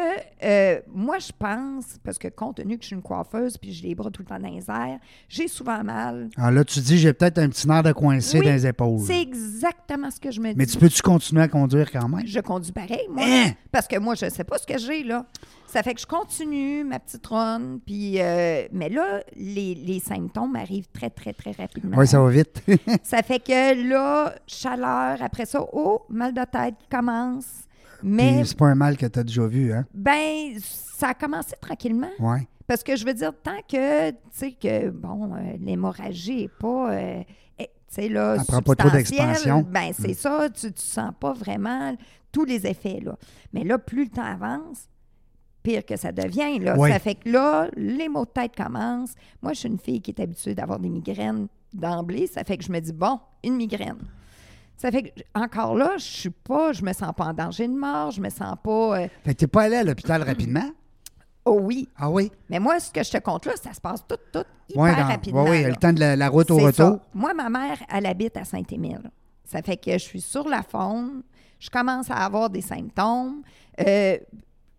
Speaker 2: euh, moi, je pense, parce que compte tenu que je suis une coiffeuse puis j'ai les bras tout le temps dans les airs, j'ai souvent mal.
Speaker 1: Alors Ah, là, tu dis, j'ai peut-être un petit nerf de coincé
Speaker 2: Oui,
Speaker 1: dans les épaules.
Speaker 2: C'est exactement ce que je me dis.
Speaker 1: Mais tu peux-tu continuer à conduire quand même?
Speaker 2: Je conduis pareil, moi.
Speaker 1: Hein?
Speaker 2: Parce que moi, je ne sais pas ce que j'ai, là. Ça fait que je continue ma petite run, puis... euh, mais là, les, les symptômes arrivent très, très, très rapidement.
Speaker 1: Oui, ça va vite.
Speaker 2: Ça fait que là, chaleur, après ça, oh, mal de tête qui commence. Mais
Speaker 1: Puis c'est pas un mal que t'as déjà vu, hein?
Speaker 2: ben, ça a commencé tranquillement.
Speaker 1: Ouais.
Speaker 2: Parce que je veux dire, tant que, tu sais, que, bon, euh, l'hémorragie n'est pas, euh, eh, tu sais, là,
Speaker 1: Elle prend pas trop
Speaker 2: substantielle,
Speaker 1: d'expansion. Mm.
Speaker 2: Ben, c'est ça, tu ne sens pas vraiment tous les effets, là. Mais là, plus le temps avance, pire que ça devient, là.
Speaker 1: Oui.
Speaker 2: Ça fait que là, les maux de tête commencent. Moi, je suis une fille qui est habituée d'avoir des migraines d'emblée. Ça fait que je me dis, bon, une migraine. Ça fait que, encore là, je suis pas, je me sens pas en danger de mort, je me sens pas, euh,
Speaker 1: Fait que t'es pas allé à l'hôpital rapidement?
Speaker 2: oh oui,
Speaker 1: Ah oui?
Speaker 2: mais moi, ce que je te compte là, ça se passe tout, tout, hyper
Speaker 1: Ouais, dans-
Speaker 2: rapidement.
Speaker 1: ouais, ouais,
Speaker 2: là.
Speaker 1: le temps de la, la route au
Speaker 2: C'est
Speaker 1: retour.
Speaker 2: ça. Moi, ma mère, elle habite à Saint-Émile. Ça fait que je suis sur la faune, je commence à avoir des symptômes. Euh,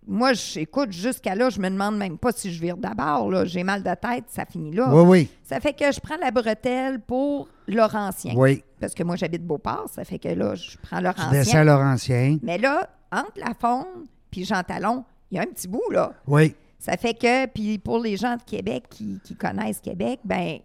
Speaker 2: moi, je- écoute, jusqu'à là, je me demande même pas si je vire d'abord. là. J'ai mal de tête, ça finit là.
Speaker 1: Oui, oui.
Speaker 2: Ça fait que je prends la bretelle pour Laurentien.
Speaker 1: Oui.
Speaker 2: Parce que moi, j'habite Beauport, ça fait que là, je prends
Speaker 1: Tu
Speaker 2: Laurentien.
Speaker 1: descends à Laurentien.
Speaker 2: Mais là, entre la faune puis Jean Talon, il y a un petit bout, là.
Speaker 1: Oui.
Speaker 2: Ça fait que, puis pour les gens de Québec qui, qui connaissent Québec, ben, tu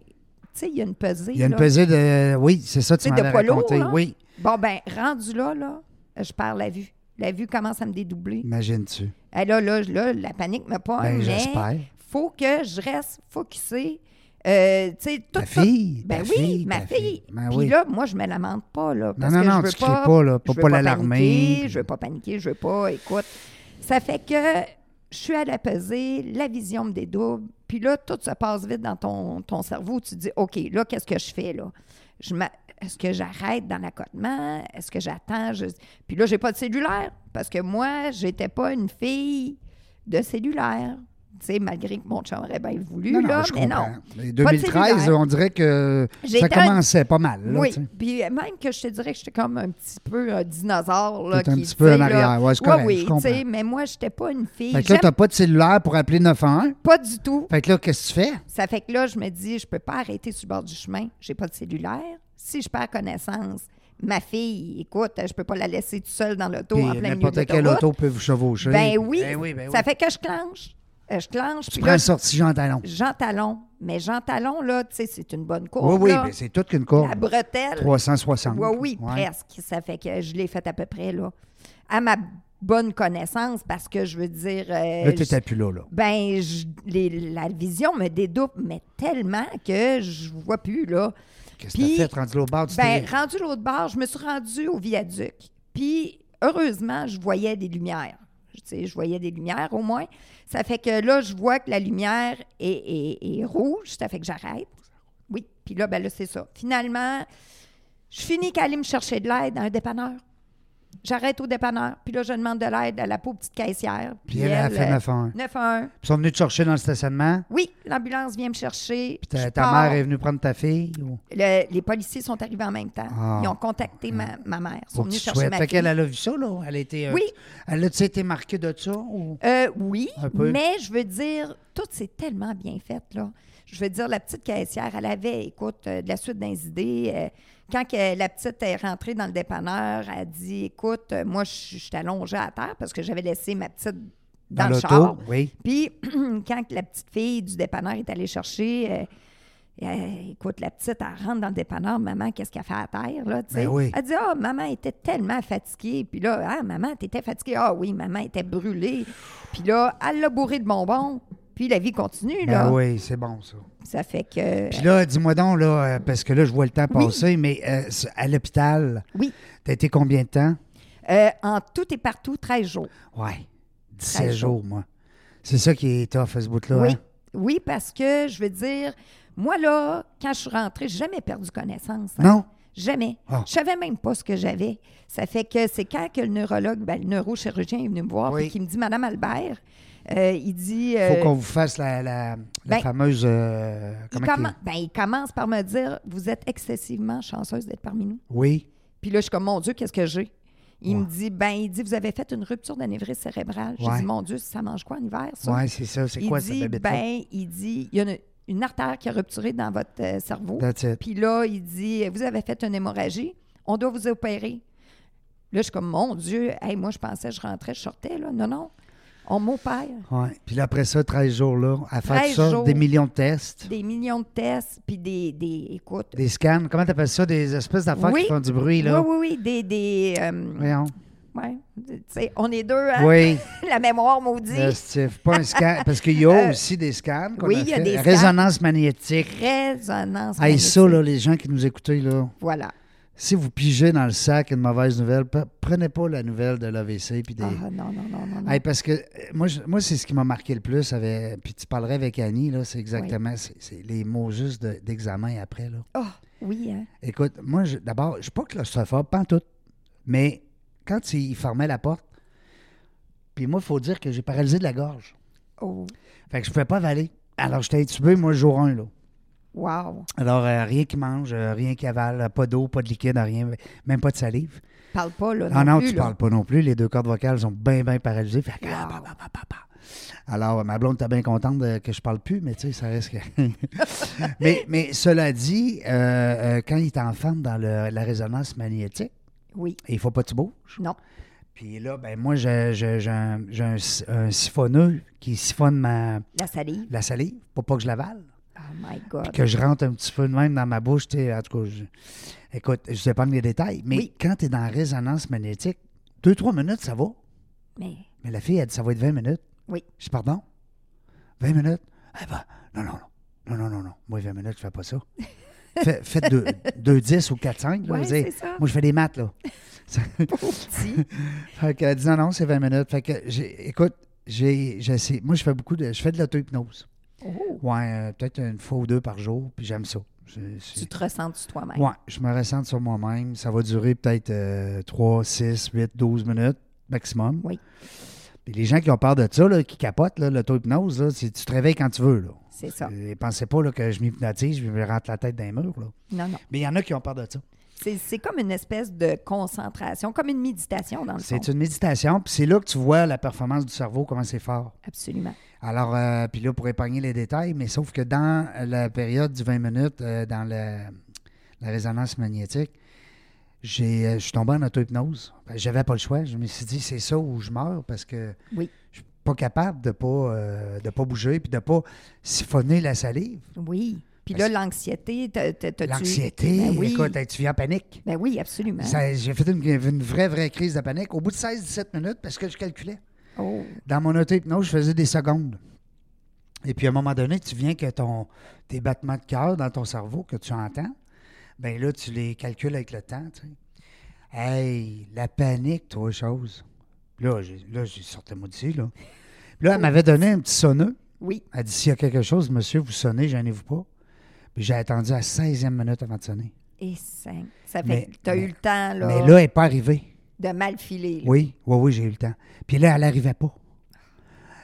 Speaker 2: sais, il y a une pesée.
Speaker 1: Il y a une
Speaker 2: là.
Speaker 1: pesée de. Oui, c'est ça, tu
Speaker 2: Tu sais,
Speaker 1: m'avais
Speaker 2: de poids lourd,
Speaker 1: raconté.
Speaker 2: là.
Speaker 1: Oui.
Speaker 2: Bon, ben, rendu là, là, je perds la vue. La vue commence à me dédoubler.
Speaker 1: Imagine-tu.
Speaker 2: Eh, là, là, là, la panique me pogne.
Speaker 1: Ben,
Speaker 2: mais
Speaker 1: j'espère.
Speaker 2: faut que je reste focusée. Euh, tu sais, tout
Speaker 1: Ta
Speaker 2: tout-
Speaker 1: fille,
Speaker 2: Ben
Speaker 1: ta
Speaker 2: oui,
Speaker 1: fille,
Speaker 2: ma
Speaker 1: ta
Speaker 2: fille.
Speaker 1: fille. Ben
Speaker 2: Puis
Speaker 1: oui.
Speaker 2: là, moi, je me lamente pas, là. Parce
Speaker 1: non,
Speaker 2: que
Speaker 1: non,
Speaker 2: je veux
Speaker 1: tu cries pas, là, pour
Speaker 2: je veux
Speaker 1: pas l'alarmer.
Speaker 2: paniquer, Je veux pas paniquer, je veux pas, écoute. Ça fait que je suis à la pesée, la vision me dédouble. Puis là, tout se passe vite dans ton, ton cerveau. Tu dis, OK, là, qu'est-ce que je fais, là? Je m'a- Est-ce que j'arrête dans l'accotement? Est-ce que j'attends? Je- Puis là, j'ai pas de cellulaire. Parce que moi, j'étais pas une fille de cellulaire. Tu sais, malgré que mon chum aurait bien voulu,
Speaker 1: Non, non,
Speaker 2: là,
Speaker 1: je
Speaker 2: mais
Speaker 1: comprends.
Speaker 2: non.
Speaker 1: Et
Speaker 2: Pas de
Speaker 1: 2013,
Speaker 2: cellulaire.
Speaker 1: on dirait que ça
Speaker 2: J'étais un-
Speaker 1: commençait pas mal. Là,
Speaker 2: oui,
Speaker 1: tu sais.
Speaker 2: puis euh, même que je te dirais que j'étais comme un petit peu un dinosaure. Là,
Speaker 1: T'es un
Speaker 2: qui,
Speaker 1: petit peu
Speaker 2: tu sais,
Speaker 1: en
Speaker 2: là,
Speaker 1: arrière. Ouais, c'est correct, je
Speaker 2: oui,
Speaker 1: comprends.
Speaker 2: tu sais, mais moi, j'étais pas une fille.
Speaker 1: Fait que là,
Speaker 2: J'aime
Speaker 1: t'as pas de cellulaire pour appeler 911.
Speaker 2: pas du tout.
Speaker 1: Fait que là, qu'est-ce que tu fais?
Speaker 2: Ça fait que là, je me dis, je peux pas arrêter sur le bord du chemin. J'ai pas de cellulaire. Si je perds connaissance, Ma fille, écoute, je peux pas la laisser toute seule dans l'auto
Speaker 1: Puis
Speaker 2: en plein milieu
Speaker 1: n'importe quelle
Speaker 2: d'autoroute.
Speaker 1: auto peut vous chevaucher.
Speaker 2: Ben oui,
Speaker 1: Ben oui, ben
Speaker 2: ça
Speaker 1: oui.
Speaker 2: fait que je clenche. Euh, Je clenche.
Speaker 1: Tu
Speaker 2: puis
Speaker 1: prends
Speaker 2: là,
Speaker 1: la sortie Jean Talon.
Speaker 2: Jean Talon. Mais Jean Talon, là, tu sais, c'est une bonne courbe.
Speaker 1: Oui, oui,
Speaker 2: Oh, là.
Speaker 1: ben c'est toute qu'une courbe.
Speaker 2: La bretelle.
Speaker 1: 360.
Speaker 2: Oui, oui,
Speaker 1: Ouais.
Speaker 2: presque. Ça fait que je l'ai faite à peu près, là. À ma bonne connaissance, parce que je veux dire. euh,
Speaker 1: Là,
Speaker 2: je-
Speaker 1: t'étais plus là, là.
Speaker 2: ben, je- les- la vision me dédouble, mais tellement que je vois plus, là.
Speaker 1: Qu'est-ce que t'as
Speaker 2: Puis-
Speaker 1: fait, rendu là au bord du
Speaker 2: Ben,
Speaker 1: terrain?
Speaker 2: rendu l'autre bord, je me suis rendue au viaduc. Puis, heureusement, je voyais des lumières. Tu sais, je voyais des lumières au moins. Ça fait que là, je vois que la lumière est, est- est rouge. Ça fait que j'arrête. Oui. Puis là, ben là, c'est ça. Finalement, je finis qu'à aller me chercher de l'aide à un dépanneur. J'arrête au dépanneur. Puis là, je demande de l'aide à la pauvre petite caissière.
Speaker 1: Puis elle, elle a fait
Speaker 2: euh,
Speaker 1: 911.
Speaker 2: 911.
Speaker 1: Ils sont venus te chercher dans le stationnement.
Speaker 2: Oui, l'ambulance vient me chercher.
Speaker 1: puis Ta,
Speaker 2: Je
Speaker 1: ta
Speaker 2: pars.
Speaker 1: mère est venue prendre ta fille. Ou...
Speaker 2: Le- les policiers sont arrivés en même temps.
Speaker 1: Ah.
Speaker 2: Ils ont contacté ma, ma mère. Ils sont
Speaker 1: Pour que
Speaker 2: venus
Speaker 1: tu
Speaker 2: chercher
Speaker 1: souhaites.
Speaker 2: ma
Speaker 1: Fait
Speaker 2: fille.
Speaker 1: qu'elle elle a vu ça, là. Elle a été, euh,
Speaker 2: Oui.
Speaker 1: Elle a-tu été marquée de ça? Ou...
Speaker 2: Euh, oui,
Speaker 1: Un peu.
Speaker 2: mais je veux dire, tout c'est tellement bien fait, là. Je veux dire, la petite caissière, elle avait, écoute, euh, de la suite des idées. euh, quand que la petite est rentrée dans le dépanneur, elle dit, écoute, euh, moi, je suis je suis allongée à terre parce que j'avais laissé ma petite dans, le
Speaker 1: l'auto,
Speaker 2: char.
Speaker 1: oui.
Speaker 2: Puis, quand la petite fille du dépanneur est allée chercher, euh, euh, écoute, la petite, elle rentre dans le dépanneur, maman, qu'est-ce qu'elle fait à terre, là, tu sais?
Speaker 1: Ben oui.
Speaker 2: Elle dit, ah, maman était tellement fatiguée. Puis là, ah, maman, t'étais fatiguée. Ah oui, maman était brûlée. Puis là, elle l'a bourrée de bonbons. Puis la vie continue,
Speaker 1: Ben
Speaker 2: là.
Speaker 1: oui, c'est bon, ça.
Speaker 2: Ça fait que...
Speaker 1: Puis là, dis-moi donc, là, euh, parce que là, je vois le temps
Speaker 2: Oui.
Speaker 1: passer, mais euh, c- à l'hôpital,
Speaker 2: Oui.
Speaker 1: t'as été combien de temps?
Speaker 2: Euh, en tout et partout, 13 jours.
Speaker 1: Ouais. 17
Speaker 2: 13
Speaker 1: jours, moi. C'est ça qui est tough, à ce bout-là.
Speaker 2: Oui.
Speaker 1: hein?
Speaker 2: Oui, parce que, je veux dire, moi, là, quand je suis rentrée, j'ai jamais perdu connaissance. hein.
Speaker 1: Non?
Speaker 2: Jamais.
Speaker 1: Ah.
Speaker 2: Je savais même pas ce que j'avais. Ça fait que c'est quand que le neurologue, ben, le neurochirurgien est venu me voir
Speaker 1: Oui.
Speaker 2: et qui me dit, Madame Albert, euh, il dit...
Speaker 1: Faut
Speaker 2: euh,
Speaker 1: qu'on vous fasse la, la, la
Speaker 2: ben,
Speaker 1: fameuse. euh,
Speaker 2: il,
Speaker 1: comment
Speaker 2: commen-
Speaker 1: qu'il-
Speaker 2: ben, il commence par me dire, vous êtes excessivement chanceuse d'être parmi nous.
Speaker 1: Oui.
Speaker 2: Puis là, je suis comme, mon Dieu, qu'est-ce que j'ai? Il me dit, ben, il dit, vous avez fait une rupture d'anévrisme cérébrale. J'ai
Speaker 1: Ouais.
Speaker 2: dit, mon Dieu, ça mange quoi en hiver, ça?
Speaker 1: Oui, c'est ça. C'est
Speaker 2: il
Speaker 1: quoi
Speaker 2: dit,
Speaker 1: cette bébête
Speaker 2: ben, il dit, il y a une, une artère qui a rupturé dans votre euh, cerveau.
Speaker 1: That's it.
Speaker 2: Puis là, il dit, vous avez fait une hémorragie, on doit vous opérer. Là, je suis comme, mon Dieu, hey, moi, je pensais, je rentrais, je sortais, là. Non, non, on m'opère.
Speaker 1: Ouais. Puis là, après ça, 13 jours-là, à faire
Speaker 2: 13
Speaker 1: ça,
Speaker 2: jours.
Speaker 1: des millions de tests, des,
Speaker 2: Des millions de tests, puis des, des, écoute.
Speaker 1: scans. Comment t'appelles ça? Des espèces d'affaires
Speaker 2: Oui.
Speaker 1: qui font du bruit, là.
Speaker 2: Oui, oui, oui, des, des, euh,
Speaker 1: Voyons.
Speaker 2: ouais, tu sais, on est deux, hein?
Speaker 1: Oui.
Speaker 2: La mémoire maudite.
Speaker 1: Le stiff. Pas un scan. Parce qu'il y a
Speaker 2: Euh,
Speaker 1: aussi des scans. qu'on
Speaker 2: oui,
Speaker 1: a
Speaker 2: il y a
Speaker 1: fait.
Speaker 2: des scans.
Speaker 1: Résonance magnétique.
Speaker 2: Résonance.
Speaker 1: Hey, ça,
Speaker 2: magnétique.
Speaker 1: là, les gens qui nous écoutez, là,
Speaker 2: Voilà.
Speaker 1: si vous pigez dans le sac une mauvaise nouvelle, pe- prenez pas la nouvelle de l'AVC. Puis des...
Speaker 2: Ah, non, non, non, non. non.
Speaker 1: Hey, parce que euh, moi, je- moi c'est ce qui m'a marqué le plus. Avec, puis tu parlerais avec Annie, là, c'est exactement c'est- c'est les mots juste de- d'examen après. Là.
Speaker 2: Ah, oui, hein?
Speaker 1: Écoute, moi, je- d'abord, je ne suis pas claustrophobe, pas en tout. Mais quand il fermait la porte, puis moi, il faut dire que j'ai paralysé de la gorge.
Speaker 2: Oh,
Speaker 1: Fait que je ne pouvais pas avaler. Alors, j'étais intubé, moi, le jour 1. Là.
Speaker 2: wow.
Speaker 1: Alors, euh, rien qui mange, euh, rien qui avale, euh, pas d'eau, pas de liquide, rien, même pas de salive.
Speaker 2: Parle pas, là.
Speaker 1: Ah non,
Speaker 2: plus,
Speaker 1: tu
Speaker 2: là.
Speaker 1: parles pas non plus. Les deux cordes vocales sont bien, bien paralysées. Fait que, ah, bah, bah, bah, bah, bah. Alors, ma blonde était bien contente de- que je parle plus, mais tu sais, ça reste que- mais, mais cela dit, euh, euh, quand il est enfant dans le- la résonance magnétique,
Speaker 2: Oui,
Speaker 1: il faut pas que tu bouges.
Speaker 2: non.
Speaker 1: Puis là, ben moi, j'ai j'ai- j'ai un, j'ai un si- un siphonneux qui siphonne ma,
Speaker 2: La salive.
Speaker 1: la salive pour pas que je l'avale.
Speaker 2: Oh my God.
Speaker 1: Que je rentre un petit peu de même dans ma bouche. tu sais, En tout cas, je- écoute, je sais pas les détails, mais
Speaker 2: Oui.
Speaker 1: quand tu es dans la résonance magnétique, deux, trois minutes, ça va.
Speaker 2: Mais
Speaker 1: Mais la fille, elle dit, ça va être 20 minutes.
Speaker 2: oui,
Speaker 1: Je dis, pardon? 20 minutes? Elle va, non, non, non. Non, non, non, non. Moi, 20 minutes, je fais pas ça. Fais- Faites 2 10 ou 4, 5.
Speaker 2: Ouais, c'est ça.
Speaker 1: Moi, je fais des maths, là.
Speaker 2: petit.
Speaker 1: fait qu'elle dit, non, non, c'est 20 minutes. Fait que, j'ai- écoute, j'ai, j'essaie- Moi, je fais beaucoup de. Je fais de l'auto-hypnose.
Speaker 2: Oh,
Speaker 1: Ouais, euh, peut-être une fois ou deux par jour, puis j'aime ça. C'est- c'est-
Speaker 2: tu te ressens sur toi-même.
Speaker 1: Ouais, je me ressens sur moi-même. Ça va durer peut-être euh, 3, 6, 8, 12 minutes maximum.
Speaker 2: Oui.
Speaker 1: Puis les gens qui ont peur de ça, là, qui capotent, là, l'auto-hypnose, là, c'est tu te réveilles quand tu veux. Là. Euh,
Speaker 2: C'est ça.
Speaker 1: Et pensez pas là, que je m'hypnotise, je me rentre la tête dans les murs. Là.
Speaker 2: Non, non.
Speaker 1: Mais il y en a qui ont peur de ça.
Speaker 2: C'est c'est comme une espèce de concentration, comme une méditation dans le fond.
Speaker 1: C'est une méditation, puis c'est là que tu vois la performance du cerveau, comment c'est fort.
Speaker 2: Absolument.
Speaker 1: Alors, euh, puis là, pour épargner les détails, mais sauf que dans la période du 20 minutes, euh, dans le- la résonance magnétique, j'ai, euh, je suis tombé en auto-hypnose. Ben, J'avais pas le choix. Je me suis dit, c'est ça où je meurs parce que
Speaker 2: Oui.
Speaker 1: je suis pas capable de pas, euh, de pas bouger puis de pas siphonner la salive.
Speaker 2: Oui. Puis
Speaker 1: Parce-
Speaker 2: là, l'anxiété, t'as- t'as- t'as-tu-
Speaker 1: L'anxiété,
Speaker 2: Ben oui.
Speaker 1: écoute, hey, tu viens en panique.
Speaker 2: Ben oui, absolument.
Speaker 1: Ça- J'ai fait une, une vraie, vraie crise de panique au bout de 16-17 minutes parce que je calculais.
Speaker 2: Oh.
Speaker 1: Dans mon auto-hypnose, je faisais des secondes. Et puis, à un moment donné, tu viens que ton, tes battements de cœur dans ton cerveau que tu entends, ben là, tu les calcules avec le temps. tu sais. Hey, la panique, toi, chose. Là, j'ai là, j'ai sorti mon d'ici, là. Puis Là, elle m'avait donné un petit sonneux.
Speaker 2: Oui.
Speaker 1: Elle dit s'il y a quelque chose, monsieur, vous sonnez, gênez-vous pas. Puis j'ai attendu à 16e minute avant de sonner.
Speaker 2: Et cinq. Ça fait
Speaker 1: Mais-
Speaker 2: que t'as
Speaker 1: mais-
Speaker 2: eu le temps, là,
Speaker 1: Mais là, elle n'est pas arrivée.
Speaker 2: de mal filer. là.
Speaker 1: Oui, oui, oui, j'ai eu le temps. Puis là, elle n'arrivait pas.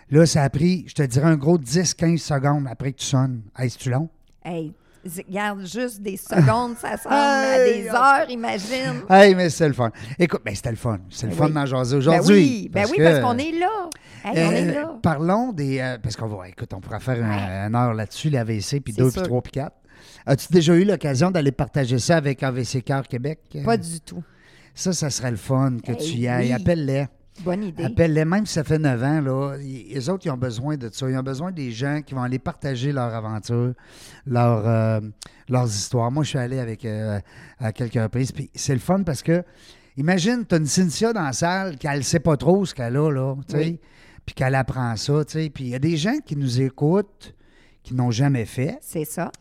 Speaker 1: Là, ça a pris, je te dirais, un gros 10-15 secondes après que tu sonnes. Hey, c'est-tu long?
Speaker 2: Hey, z- garde juste des secondes, ça semble à
Speaker 1: Hey,
Speaker 2: des
Speaker 1: on-
Speaker 2: heures, imagine.
Speaker 1: Hey, mais c'était le fun. Écoute, ben, c'était le fun. C'est le
Speaker 2: Ben
Speaker 1: fun
Speaker 2: oui.
Speaker 1: d'en jaser
Speaker 2: Ben
Speaker 1: aujourd'hui.
Speaker 2: oui, ben oui, parce qu'on est là. Hey, on est
Speaker 1: Euh,
Speaker 2: là.
Speaker 1: Parlons des. euh, parce qu'on va. Écoute, on pourra faire un- une heure là-dessus, l'AVC, puis
Speaker 2: C'est
Speaker 1: deux, puis
Speaker 2: sûr.
Speaker 1: trois, puis quatre. As-tu déjà eu l'occasion d'aller partager ça avec AVC Cœur Québec?
Speaker 2: Pas du tout.
Speaker 1: Ça, ça serait le fun que
Speaker 2: Hey,
Speaker 1: tu y ailles.
Speaker 2: oui.
Speaker 1: Appelle-les.
Speaker 2: Bonne idée.
Speaker 1: Appelle-les, même si ça fait 9 ans, là, y- les autres, ils ont besoin de ça. Ils ont besoin des gens qui vont aller partager leur aventure, leur, euh, leurs histoires. Moi, je suis allé avec euh, à quelques reprises. Puis c'est le fun parce que, imagine, tu as une Cynthia dans la salle qu'elle ne sait pas trop ce qu'elle a, là, tu sais,
Speaker 2: Oui.
Speaker 1: puis qu'elle apprend ça, tu sais. Puis il y a des gens qui nous écoutent qui n'ont jamais fait.
Speaker 2: C'est ça.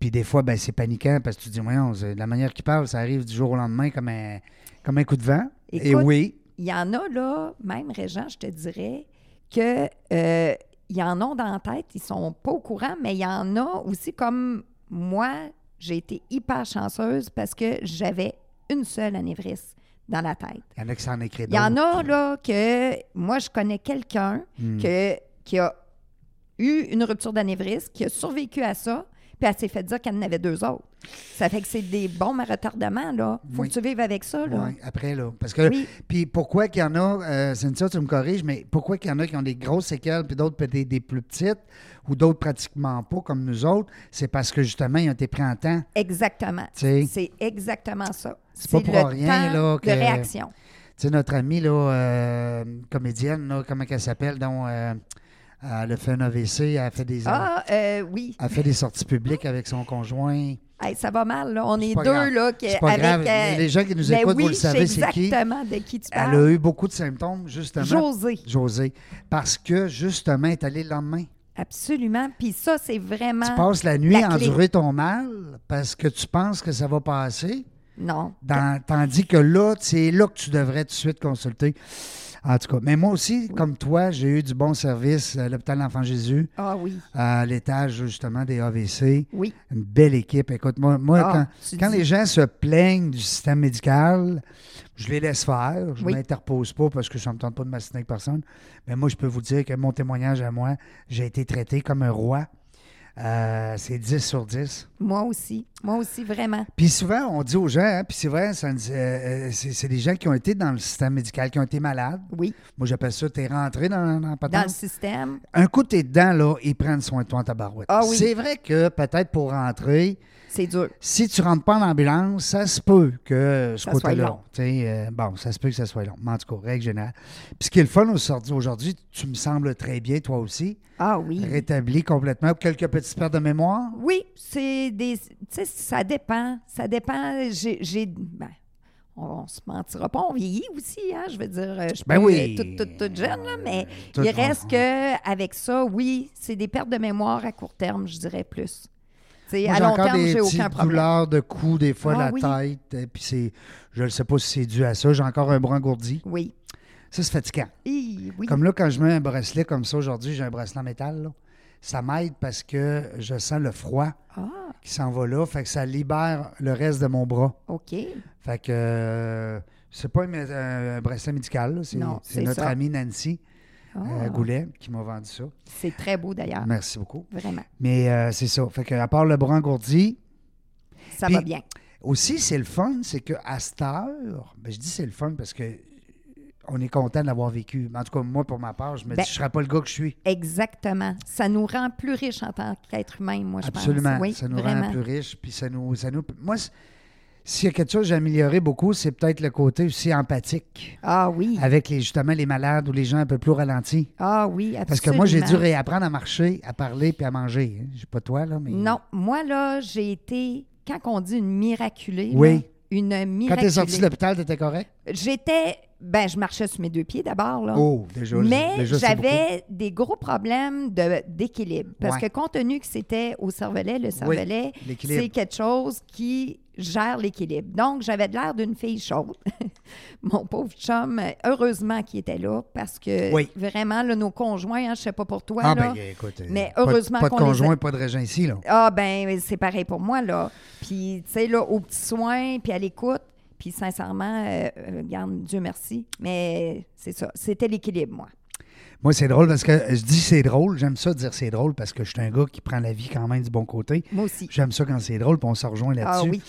Speaker 1: Puis des fois, ben, c'est paniquant parce que tu te dis, voyons, c'est- de la manière qu'ils parlent, ça arrive du jour au lendemain comme un, comme un coup de vent. Et
Speaker 2: Écoute,
Speaker 1: oui,
Speaker 2: Il y en a, là, même Régent, je te dirais, que euh, ils en ont dans la tête, ils sont pas au courant, mais il y en a aussi comme moi, j'ai été hyper chanceuse parce que j'avais une seule anévrisse dans la tête.
Speaker 1: il y en a qui s'en écrivent.
Speaker 2: Il y en a, là, que moi, je connais quelqu'un
Speaker 1: Hmm.
Speaker 2: que- qui a eu une rupture d'anévrisme, qui a survécu à ça, puis elle s'est fait dire qu'elle en avait deux autres. Ça fait que c'est des bombes à retardement, là. Faut
Speaker 1: Oui.
Speaker 2: que tu vives avec ça, là.
Speaker 1: Ouais, après, là. Parce que,
Speaker 2: Oui.
Speaker 1: puis pourquoi qu'il y en a, euh, Cynthia, tu me corriges, mais pourquoi qu'il y en a qui ont des grosses séquelles, puis d'autres peut-être des, des plus petites, ou d'autres pratiquement pas, comme nous autres, c'est parce que justement, ils ont été pris en temps.
Speaker 2: Exactement.
Speaker 1: Tu sais.
Speaker 2: C'est exactement ça.
Speaker 1: C'est pas pour
Speaker 2: le
Speaker 1: rien,
Speaker 2: temps
Speaker 1: là, que-
Speaker 2: de réaction.
Speaker 1: Tu sais, notre amie, là, euh, comédienne, là, comment qu'elle s'appelle, dont euh, elle a fait un AVC, elle a fait des,
Speaker 2: Ah, euh, oui.
Speaker 1: elle a fait des sorties publiques avec son conjoint.
Speaker 2: Hey, ça va mal, là. On est,
Speaker 1: pas
Speaker 2: deux,
Speaker 1: grave.
Speaker 2: là, que-
Speaker 1: C'est pas
Speaker 2: avec...
Speaker 1: grave.
Speaker 2: euh,
Speaker 1: Les gens qui nous
Speaker 2: ben
Speaker 1: écoutent,
Speaker 2: oui,
Speaker 1: vous le
Speaker 2: je
Speaker 1: savez,
Speaker 2: sais
Speaker 1: c'est qui.
Speaker 2: exactement de qui tu
Speaker 1: Elle
Speaker 2: parles.
Speaker 1: a eu beaucoup de symptômes, justement.
Speaker 2: José.
Speaker 1: José. Parce que, justement, elle est allée le lendemain.
Speaker 2: Absolument. Puis ça, c'est vraiment...
Speaker 1: Tu passes la nuit
Speaker 2: la
Speaker 1: à
Speaker 2: clé.
Speaker 1: endurer ton mal parce que tu penses que ça va passer,
Speaker 2: Non.
Speaker 1: dans- tandis que là, c'est là que tu devrais tout de suite consulter. En tout cas, mais moi aussi, comme toi, j'ai eu du bon service à l'hôpital L'Enfant Jésus,
Speaker 2: Ah oui.
Speaker 1: à l'étage justement des AVC.
Speaker 2: Oui.
Speaker 1: Une belle équipe. Écoute, moi, moi,
Speaker 2: Ah,
Speaker 1: quand,
Speaker 2: tu
Speaker 1: quand
Speaker 2: dis-
Speaker 1: les gens se plaignent du système médical, je les laisse faire. Je ne
Speaker 2: Oui.
Speaker 1: m'interpose pas parce que ça ne me tente pas de m'assiner avec personne. Mais moi, je peux vous dire que mon témoignage à moi, j'ai été traité comme un roi. Euh, c'est 10 sur 10.
Speaker 2: Moi aussi. Moi aussi, vraiment.
Speaker 1: Puis souvent, on dit aux gens, hein, puis c'est vrai, ça nous- euh, euh, c'est c'est des gens qui ont été dans le système médical, qui ont été malades.
Speaker 2: Oui.
Speaker 1: Moi, j'appelle ça, t'es rentré dans, dans la patente.
Speaker 2: Dans le système.
Speaker 1: Un coup, t'es dedans, là, ils prennent soin de toi en tabarouette.
Speaker 2: Ah oui.
Speaker 1: C'est vrai que peut-être pour rentrer,
Speaker 2: C'est dur.
Speaker 1: si tu rentres pas en ambulance, ça se peut que ce
Speaker 2: Ça soit
Speaker 1: côté-là.
Speaker 2: long.
Speaker 1: tu sais, euh, bon, ça se peut que ça soit long. Mais en tout cas, règle générale. Puis ce qui est le fun aujourd'hui- aujourd'hui, tu me sembles très bien, toi aussi,
Speaker 2: Ah oui.
Speaker 1: rétabli complètement. Quelques petites pertes de mémoire.
Speaker 2: Oui, c'est des. Tu sais, ça dépend. Ça dépend. J'ai. j'ai- ben, on, on se mentira pas. On vieillit aussi, hein. Je veux dire, euh, je suis
Speaker 1: Ben
Speaker 2: pas,
Speaker 1: oui. Euh,
Speaker 2: euh, toute, toute, toute jeune, là, mais
Speaker 1: Tout-
Speaker 2: il
Speaker 1: on-
Speaker 2: reste
Speaker 1: on-
Speaker 2: que avec ça, oui, c'est des pertes de mémoire à court terme, je dirais plus. Tu sais,
Speaker 1: Moi,
Speaker 2: à
Speaker 1: j'ai
Speaker 2: long
Speaker 1: encore
Speaker 2: terme,
Speaker 1: des
Speaker 2: j'ai
Speaker 1: petites
Speaker 2: aucun problème.
Speaker 1: douleurs de cou, des fois,
Speaker 2: Ah
Speaker 1: la
Speaker 2: oui.
Speaker 1: tête. Et puis c'est, je ne sais pas si c'est dû à ça. J'ai encore un bras engourdi.
Speaker 2: Oui.
Speaker 1: Ça, c'est fatigant.
Speaker 2: Hi, oui.
Speaker 1: Comme là, quand je mets un bracelet comme ça aujourd'hui, j'ai un bracelet en métal. là. Ça m'aide parce que je sens le froid
Speaker 2: Ah,
Speaker 1: qui s'en va là. Fait que ça libère le reste de mon bras.
Speaker 2: OK.
Speaker 1: Fait que euh, c'est pas un, un- un bracelet médical. là. C'est,
Speaker 2: Non,
Speaker 1: c'est
Speaker 2: c'est
Speaker 1: notre
Speaker 2: ça.
Speaker 1: amie Nancy
Speaker 2: Ah,
Speaker 1: euh, Goulet qui m'a vendu ça.
Speaker 2: c'est très beau d'ailleurs.
Speaker 1: Merci beaucoup.
Speaker 2: Vraiment.
Speaker 1: Mais euh, c'est ça. Fait que à part le bras engourdi,
Speaker 2: Ça
Speaker 1: Puis-
Speaker 2: va bien.
Speaker 1: Aussi, c'est le fun, c'est qu'à cette heure, ben, je dis c'est le fun parce que on est content de l'avoir vécu. En tout cas, moi, pour ma part, je me
Speaker 2: Ben,
Speaker 1: dis, je ne serais pas le gars que je suis.
Speaker 2: Exactement. Ça nous rend plus riches en tant qu'être humain, moi, je pense.
Speaker 1: Absolument.
Speaker 2: Oui,
Speaker 1: ça nous
Speaker 2: vraiment.
Speaker 1: rend plus riches. Puis ça nous, ça nous, moi, c- S'il y a quelque chose que j'ai amélioré beaucoup, c'est peut-être le côté aussi empathique
Speaker 2: Ah oui.
Speaker 1: avec les, justement les malades ou les gens un peu plus ralentis.
Speaker 2: Ah oui, absolument.
Speaker 1: Parce que moi, j'ai dû réapprendre à marcher, à parler puis à manger. hein. Je sais pas toi, là, mais.
Speaker 2: Non, moi, là, j'ai été. Quand on dit une miraculée.
Speaker 1: Oui.
Speaker 2: là, une miraculée.
Speaker 1: Quand t'es sorti de l'hôpital, t'étais correct?
Speaker 2: J'étais. Ben, je marchais sur mes deux pieds d'abord, là.
Speaker 1: Oh, déjà.
Speaker 2: Mais
Speaker 1: déjà, c'est
Speaker 2: j'avais des gros problèmes de- d'équilibre. Parce
Speaker 1: Ouais.
Speaker 2: que compte tenu que c'était au cervelet, le cervelet,
Speaker 1: l'équilibre.
Speaker 2: c'est quelque chose qui gère l'équilibre. Donc, j'avais de l'air d'une fille chaude. Mon pauvre chum, heureusement qu'il était là, parce que
Speaker 1: Oui.
Speaker 2: vraiment, là, nos conjoints, hein, je sais pas pour toi,
Speaker 1: Ah,
Speaker 2: là,
Speaker 1: ben, écoute. euh,
Speaker 2: mais
Speaker 1: pas de-
Speaker 2: heureusement
Speaker 1: Pas,
Speaker 2: qu'on
Speaker 1: de
Speaker 2: les a-
Speaker 1: conjoint, pas de régent ici, là.
Speaker 2: Ah ben c'est pareil pour moi là. Puis tu sais là aux petits soins, puis à l'écoute, puis sincèrement, euh, euh, garde Dieu merci, mais c'est ça, c'était l'équilibre moi.
Speaker 1: Moi, c'est drôle parce que euh, je dis c'est drôle. J'aime ça dire c'est drôle parce que je suis un gars qui prend la vie quand même du bon côté.
Speaker 2: Moi aussi.
Speaker 1: J'aime ça quand c'est drôle, puis on se rejoint là-dessus.
Speaker 2: Ah oui.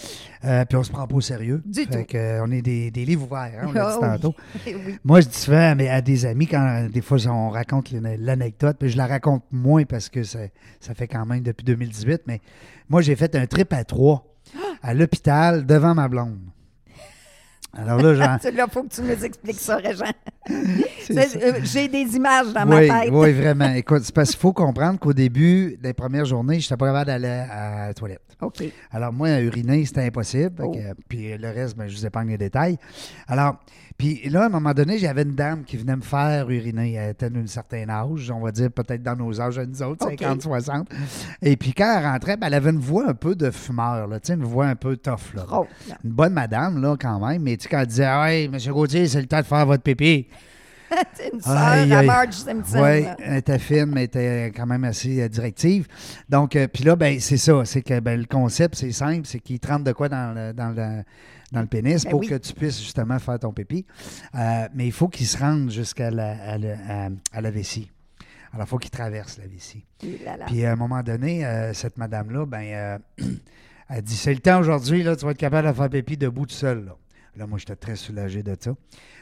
Speaker 1: Euh, puis on se prend pas au sérieux.
Speaker 2: Du
Speaker 1: Fait
Speaker 2: tout.
Speaker 1: que, euh, on est des, des livres ouverts, hein, on l'a dit
Speaker 2: Ah oui.
Speaker 1: tantôt.
Speaker 2: oui.
Speaker 1: Moi, je dis souvent à, mes- à des amis, quand des fois on raconte l'an- l'anecdote, puis je la raconte moins parce que ça, ça fait quand même depuis 2018, mais moi, j'ai fait un trip à trois à l'hôpital devant ma blonde. Alors là, genre.
Speaker 2: Là, faut que tu nous expliques ça, Régent.
Speaker 1: c'est ça.
Speaker 2: C'est- euh, J'ai des images dans
Speaker 1: oui,
Speaker 2: ma tête.
Speaker 1: oui, vraiment. Écoute, c'est parce qu'il faut comprendre qu'au début des premières journées, j'étais pas capable d'aller à la toilette.
Speaker 2: OK.
Speaker 1: Alors, moi, à uriner, c'était impossible. Fait
Speaker 2: Oh.
Speaker 1: que, euh, puis le reste, ben, je vous épargne les détails. Alors, puis là, à un moment donné, j'avais une dame qui venait me faire uriner. Elle était d'un certain âge, on va dire peut-être dans nos âges à nous autres,
Speaker 2: OK.
Speaker 1: 50, 60. Et puis quand elle rentrait, ben, elle avait une voix un peu de fumeur, là, tu sais, une voix un peu tough. Là.
Speaker 2: Drôle, là.
Speaker 1: Une bonne madame, là, quand même. Mais tu sais, quand elle disait, hey, M. Gauthier, c'est le temps de faire votre pipi.
Speaker 2: C'est une sœur
Speaker 1: Aïe,
Speaker 2: à
Speaker 1: aïe.
Speaker 2: Marge Simpson.
Speaker 1: Ouais,
Speaker 2: là.
Speaker 1: elle était fine, mais elle était quand même assez euh, directive. Donc, euh, puis là, ben, c'est ça. C'est que ben, le concept, c'est simple, c'est qu'il te rentre de quoi dans le, dans le, dans le pénis
Speaker 2: Ben
Speaker 1: pour
Speaker 2: oui.
Speaker 1: que tu puisses justement faire ton pipi. Euh, mais il faut qu'il se rende jusqu'à la, à la- à- à la vessie. Alors, il faut qu'il traverse la vessie.
Speaker 2: Et là, là.
Speaker 1: Puis à un moment donné, euh, cette madame-là, ben, euh, elle dit C'est le temps aujourd'hui, là, tu vas être capable de faire pipi debout tout seul. Là, Là, moi, j'étais très soulagé de ça.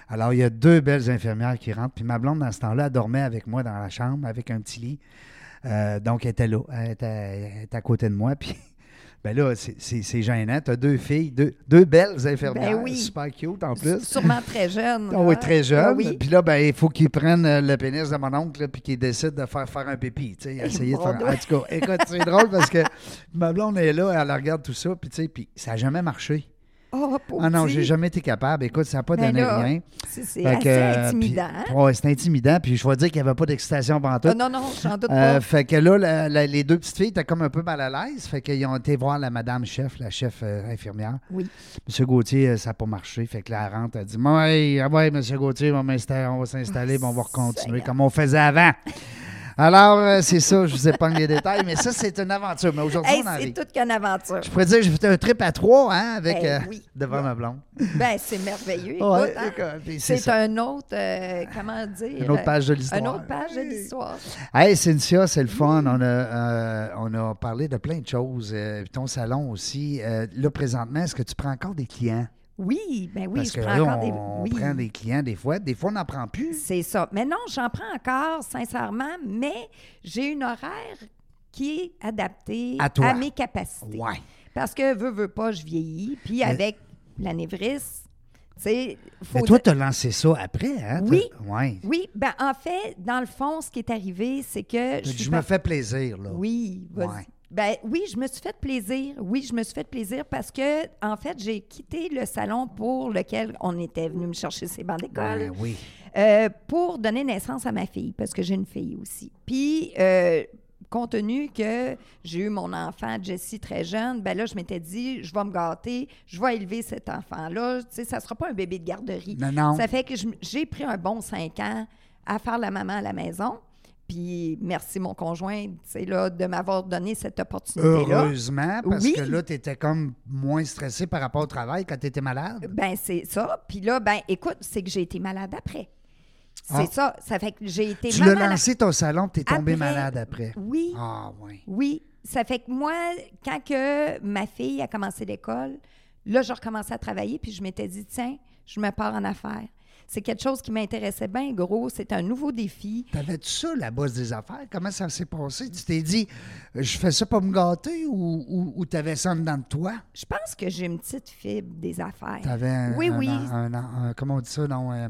Speaker 1: Alors, il y a deux belles infirmières qui rentrent. Puis ma blonde, dans ce temps-là, elle dormait avec moi dans la chambre, avec un petit lit. Euh, donc, elle était là. Elle était, elle était à côté de moi. Puis. Ben là, c'est- c'est c'est gênant. Tu as deux filles, deux, deux belles infirmières,
Speaker 2: oui.
Speaker 1: super cute en
Speaker 2: S-
Speaker 1: plus.
Speaker 2: Sûrement très jeune.
Speaker 1: Ah oui,
Speaker 2: là.
Speaker 1: très jeune.
Speaker 2: Ah Oui.
Speaker 1: Puis là, ben, il faut qu'il prenne euh, le pénis de mon oncle là, puis qu'il décide de faire faire un pépi. Tu sais, essayer de
Speaker 2: Eh mon
Speaker 1: faire...
Speaker 2: Dieu.
Speaker 1: En tout cas, écoute, c'est drôle parce que ma blonde est là, elle regarde tout ça, puis tu sais, puis ça n'a jamais marché.
Speaker 2: Oh, pauvre
Speaker 1: Ah non,
Speaker 2: petit.
Speaker 1: j'ai jamais été capable. Écoute, ça n'a pas
Speaker 2: Ben
Speaker 1: donné
Speaker 2: là,
Speaker 1: rien.
Speaker 2: C'est c'est
Speaker 1: Fait
Speaker 2: assez
Speaker 1: que, euh,
Speaker 2: intimidant. hein?
Speaker 1: puis- ouais, c'est intimidant. Puis je vais dire qu'il n'y avait pas d'excitation pendant tout.
Speaker 2: Ah non, non, j'en doute
Speaker 1: Euh,
Speaker 2: pas.
Speaker 1: fait que là, la- la- les deux petites filles étaient comme un peu mal à l'aise. Fait qu'ils ont été voir la madame chef, la chef euh, infirmière.
Speaker 2: Oui.
Speaker 1: M. Gauthier, euh, ça n'a pas marché. Fait que là, elle rentre, elle dit Ouais, ah ouais, M. Gauthier, on, va m'insta- on va s'installer, puis on va continuer
Speaker 2: Ah, Seigneur.
Speaker 1: comme on faisait avant. Alors, euh, c'est ça, je vous épargne les détails, mais ça, c'est une aventure. Mais aujourd'hui,
Speaker 2: Hey,
Speaker 1: on en
Speaker 2: c'est
Speaker 1: rit.
Speaker 2: toute qu'une aventure.
Speaker 1: Je pourrais dire que j'ai fait un trip à trois, hein, avec,
Speaker 2: Eh
Speaker 1: euh,
Speaker 2: oui.
Speaker 1: devant ma blonde.
Speaker 2: Ben, c'est merveilleux. écoute,
Speaker 1: Ouais,
Speaker 2: hein.
Speaker 1: écoute, puis c'est
Speaker 2: C'est
Speaker 1: ça.
Speaker 2: un autre, euh, comment dire? euh,
Speaker 1: Une autre page de l'histoire.
Speaker 2: Une autre page de l'histoire.
Speaker 1: Hey, Cynthia, c'est le fun. On a, euh, on a parlé de plein de choses. Euh, puis ton salon aussi. Euh, là, présentement, est-ce que tu prends encore des clients?
Speaker 2: Oui, ben oui,
Speaker 1: Parce
Speaker 2: je
Speaker 1: que
Speaker 2: prends
Speaker 1: là,
Speaker 2: encore
Speaker 1: on,
Speaker 2: des...
Speaker 1: on
Speaker 2: oui.
Speaker 1: prend des clients des fois. Des fois, on n'en prend plus.
Speaker 2: C'est ça. Mais non, j'en prends encore, sincèrement, mais j'ai une horaire qui est adaptée
Speaker 1: À toi.
Speaker 2: mes capacités.
Speaker 1: Ouais.
Speaker 2: Parce que, veux, veux pas, je vieillis. Puis avec l'anévrisme, tu sais, faut...
Speaker 1: Mais toi, tu as lancé ça après, hein?
Speaker 2: Oui.
Speaker 1: T'as- Ouais.
Speaker 2: Oui, ben en fait, dans le fond, ce qui est arrivé, c'est que...
Speaker 1: Je,
Speaker 2: suis
Speaker 1: me
Speaker 2: par-
Speaker 1: fais plaisir, là.
Speaker 2: Oui, vas-y.
Speaker 1: Ouais.
Speaker 2: Ben oui, je me suis fait plaisir. Oui, je me suis fait plaisir parce que, en fait, j'ai quitté le salon pour lequel on était venu me chercher ces bancs d'école
Speaker 1: Ouais, Ben oui.
Speaker 2: euh, pour donner naissance à ma fille, parce que j'ai une fille aussi. Puis, euh, compte tenu que j'ai eu mon enfant, Jessie, très jeune, ben là, je m'étais dit, je vais me gâter, je vais élever cet enfant-là. Tu sais, ça sera pas un bébé de garderie.
Speaker 1: Non, non.
Speaker 2: Ça fait que je m- j'ai pris un bon cinq ans à faire la maman à la maison. Puis, merci mon conjoint, tu sais, là, de m'avoir donné cette opportunité-là.
Speaker 1: Heureusement, parce
Speaker 2: Oui.
Speaker 1: que là, tu étais comme moins stressé par rapport au travail quand tu étais malade.
Speaker 2: Ben, c'est ça. Puis là, ben, écoute, c'est que j'ai été malade après. C'est
Speaker 1: Ah.
Speaker 2: ça. Ça fait que j'ai été
Speaker 1: Tu l'as
Speaker 2: maman à-
Speaker 1: lancé ton salon, tu es tombé
Speaker 2: Après,
Speaker 1: malade après.
Speaker 2: Oui.
Speaker 1: Ah, oui.
Speaker 2: Oui, ça fait que moi, quand que ma fille a commencé l'école, là, je recommençais à travailler, puis je m'étais dit, tiens, je me pars en affaires. C'est quelque chose qui m'intéressait bien gros. C'était un nouveau défi.
Speaker 1: T'avais-tu ça, la bosse des affaires? Comment ça s'est passé? Tu t'es dit, je fais ça pour me gâter ou, ou, ou t'avais ça en dedans de toi?
Speaker 2: Je pense que j'ai une petite fibre des affaires.
Speaker 1: T'avais un,
Speaker 2: oui,
Speaker 1: un-
Speaker 2: oui.
Speaker 1: un- un- un- comment on dit ça? Non, euh,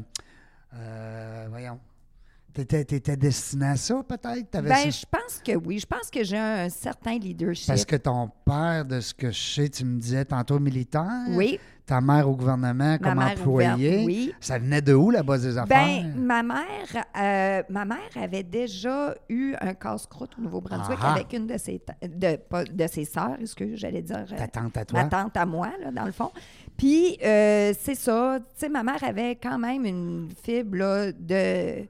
Speaker 1: euh, voyons. T'étais, t'étais destiné à ça, peut-être? T'avais ça?
Speaker 2: Ben, je pense que oui. Je pense que j'ai un certain leadership.
Speaker 1: Parce que ton père, de ce que je sais, tu me disais tantôt militaire.
Speaker 2: Oui.
Speaker 1: Ta mère au gouvernement comme
Speaker 2: mère
Speaker 1: employée.
Speaker 2: ouverte, oui.
Speaker 1: Ça venait de où, la base des affaires? hein.
Speaker 2: Ben, ma mère, euh, ma mère avait déjà eu un casse-croûte au Nouveau-Brunswick
Speaker 1: Ah ah.
Speaker 2: avec une de ses, ta- de, pas- de ses sœurs, est-ce que j'allais dire. euh,
Speaker 1: Ta tante à toi.
Speaker 2: Ma tante à moi, là, dans le fond. Puis, euh, c'est ça. Tu sais, ma mère avait quand même une fibre là, de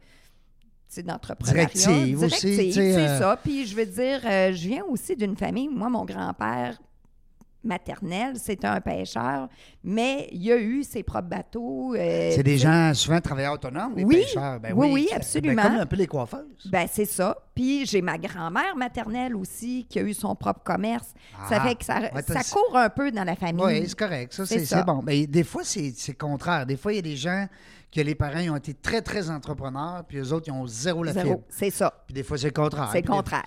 Speaker 2: tu sais, d'entrepreneuriat.
Speaker 1: Directive aussi, tu sais,
Speaker 2: c'est
Speaker 1: euh,
Speaker 2: ça. Puis je veux dire, euh, je viens aussi d'une famille. Moi, mon grand-père maternel, c'était un pêcheur, mais il a eu ses propres bateaux. euh,
Speaker 1: C'est des gens souvent travailleurs autonomes, les
Speaker 2: Oui,
Speaker 1: pêcheurs. Ben
Speaker 2: oui, oui,
Speaker 1: ça- ben,
Speaker 2: absolument.
Speaker 1: comme un peu les coiffeuses.
Speaker 2: Ben, c'est ça. Puis j'ai ma grand-mère maternelle aussi qui a eu son propre commerce.
Speaker 1: Ah.
Speaker 2: ça fait que ça,
Speaker 1: Ouais, t'as
Speaker 2: ça
Speaker 1: dit-
Speaker 2: court un peu dans la famille.
Speaker 1: Oui, c'est correct. Ça,
Speaker 2: Mm. C'est
Speaker 1: c'est
Speaker 2: ça.
Speaker 1: c'est bon. Mais des fois, c'est c'est contraire. Des fois, il y a des gens que les parents ils ont été très, très entrepreneurs, puis eux autres, ils ont zéro la
Speaker 2: Zéro.
Speaker 1: fibre.
Speaker 2: C'est ça.
Speaker 1: Puis des fois, c'est le contraire.
Speaker 2: C'est
Speaker 1: Puis
Speaker 2: le
Speaker 1: des-
Speaker 2: contraire.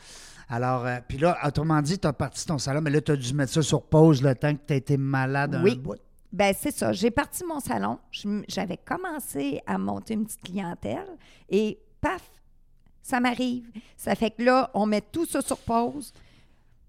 Speaker 1: Alors, euh, puis là, autrement dit, tu as parti ton salon, mais là, tu as dû mettre ça sur pause le temps que tu as été malade un
Speaker 2: Oui.
Speaker 1: bout.
Speaker 2: Ben, c'est ça. J'ai parti mon salon. Je m- J'avais commencé à monter une petite clientèle et paf, ça m'arrive. Ça fait que là, on met tout ça sur pause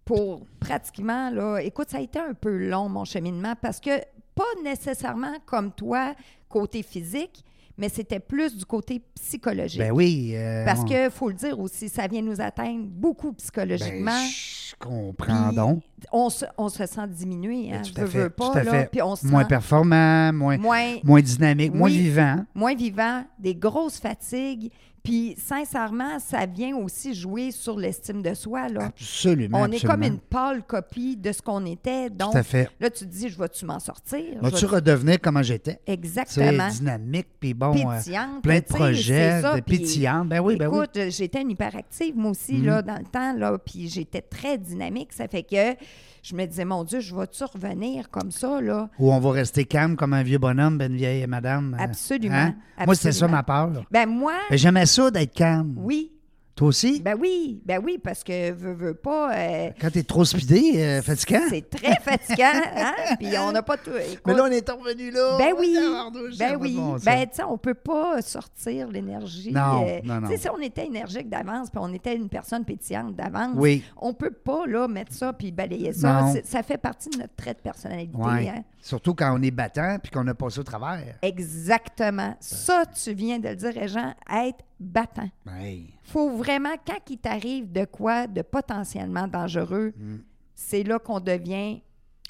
Speaker 2: pour pratiquement, là, écoute, ça a été un peu long, mon cheminement, parce que pas nécessairement comme toi, côté physique, mais c'était plus du côté psychologique.
Speaker 1: Ben oui. euh,
Speaker 2: Parce
Speaker 1: on-
Speaker 2: que, faut le dire aussi, ça vient nous atteindre beaucoup
Speaker 1: ben,
Speaker 2: psychologiquement.
Speaker 1: je comprends
Speaker 2: Puis
Speaker 1: donc.
Speaker 2: on, se, on se sent diminué, hein,
Speaker 1: Ben, tout
Speaker 2: veux,
Speaker 1: à fait.
Speaker 2: veux pas,
Speaker 1: tout à
Speaker 2: là,
Speaker 1: fait.
Speaker 2: puis on se
Speaker 1: moins
Speaker 2: sent
Speaker 1: performant, moins,
Speaker 2: moins,
Speaker 1: moins dynamique, moins
Speaker 2: Oui.
Speaker 1: vivant.
Speaker 2: moins vivant, des grosses fatigues, puis sincèrement, ça vient aussi jouer sur l'estime de soi, là.
Speaker 1: Absolument.
Speaker 2: on est
Speaker 1: absolument.
Speaker 2: comme une pâle copie de ce qu'on était, donc
Speaker 1: à fait.
Speaker 2: là, tu te dis, je vais-tu m'en sortir? Je
Speaker 1: Vas-tu
Speaker 2: vais-tu-
Speaker 1: redevenir comment j'étais? Tu sais,
Speaker 2: Exactement.
Speaker 1: dynamique, puis bon, euh,
Speaker 2: Pétillante,
Speaker 1: plein de
Speaker 2: tu sais,
Speaker 1: projets,
Speaker 2: c'est ça,
Speaker 1: de
Speaker 2: puis-
Speaker 1: pétillante. Ben oui, ben oui. Mm-hmm.
Speaker 2: Écoute, euh, j'étais une hyperactive, moi aussi, là, dans le temps, là, puis j'étais très dynamique. Ça fait que je me disais, mon Dieu, je vais-tu revenir comme ça, là?
Speaker 1: Ou on va rester calme comme un vieux bonhomme, ben une vieille madame. euh, hein?
Speaker 2: Absolument,
Speaker 1: Moi, c'était ça
Speaker 2: absolument.
Speaker 1: ma peur.
Speaker 2: Ben moi,
Speaker 1: Mais J'aimais ça d'être calme.
Speaker 2: oui.
Speaker 1: Toi aussi?
Speaker 2: Ben oui, ben oui, parce que veux, veux pas, euh,
Speaker 1: Quand t'es trop speedé, euh, fatigant.
Speaker 2: c'est très fatigant, hein? Puis on n'a pas tout... écoute,
Speaker 1: Mais là, on est revenu là.
Speaker 2: ben oui,
Speaker 1: Tabarnouche, ça a
Speaker 2: ben
Speaker 1: pas de
Speaker 2: oui.
Speaker 1: bon sens.
Speaker 2: ben, tu sais, on peut pas sortir l'énergie.
Speaker 1: Non,
Speaker 2: euh,
Speaker 1: non, non.
Speaker 2: Tu sais, si on était énergique d'avance, puis on était une personne pétillante d'avance,
Speaker 1: Oui.
Speaker 2: on peut pas, là, mettre ça puis balayer ça.
Speaker 1: Non.
Speaker 2: C'est- Ça fait partie de notre trait de personnalité.
Speaker 1: Ouais.
Speaker 2: hein.
Speaker 1: Surtout quand on est battant puis qu'on a passé au travers.
Speaker 2: Exactement. Ça, tu viens de le dire, Régent, être battant.
Speaker 1: Ben, hey.
Speaker 2: faut vraiment, quand il t'arrive de quoi de potentiellement dangereux,
Speaker 1: Mm.
Speaker 2: c'est là qu'on devient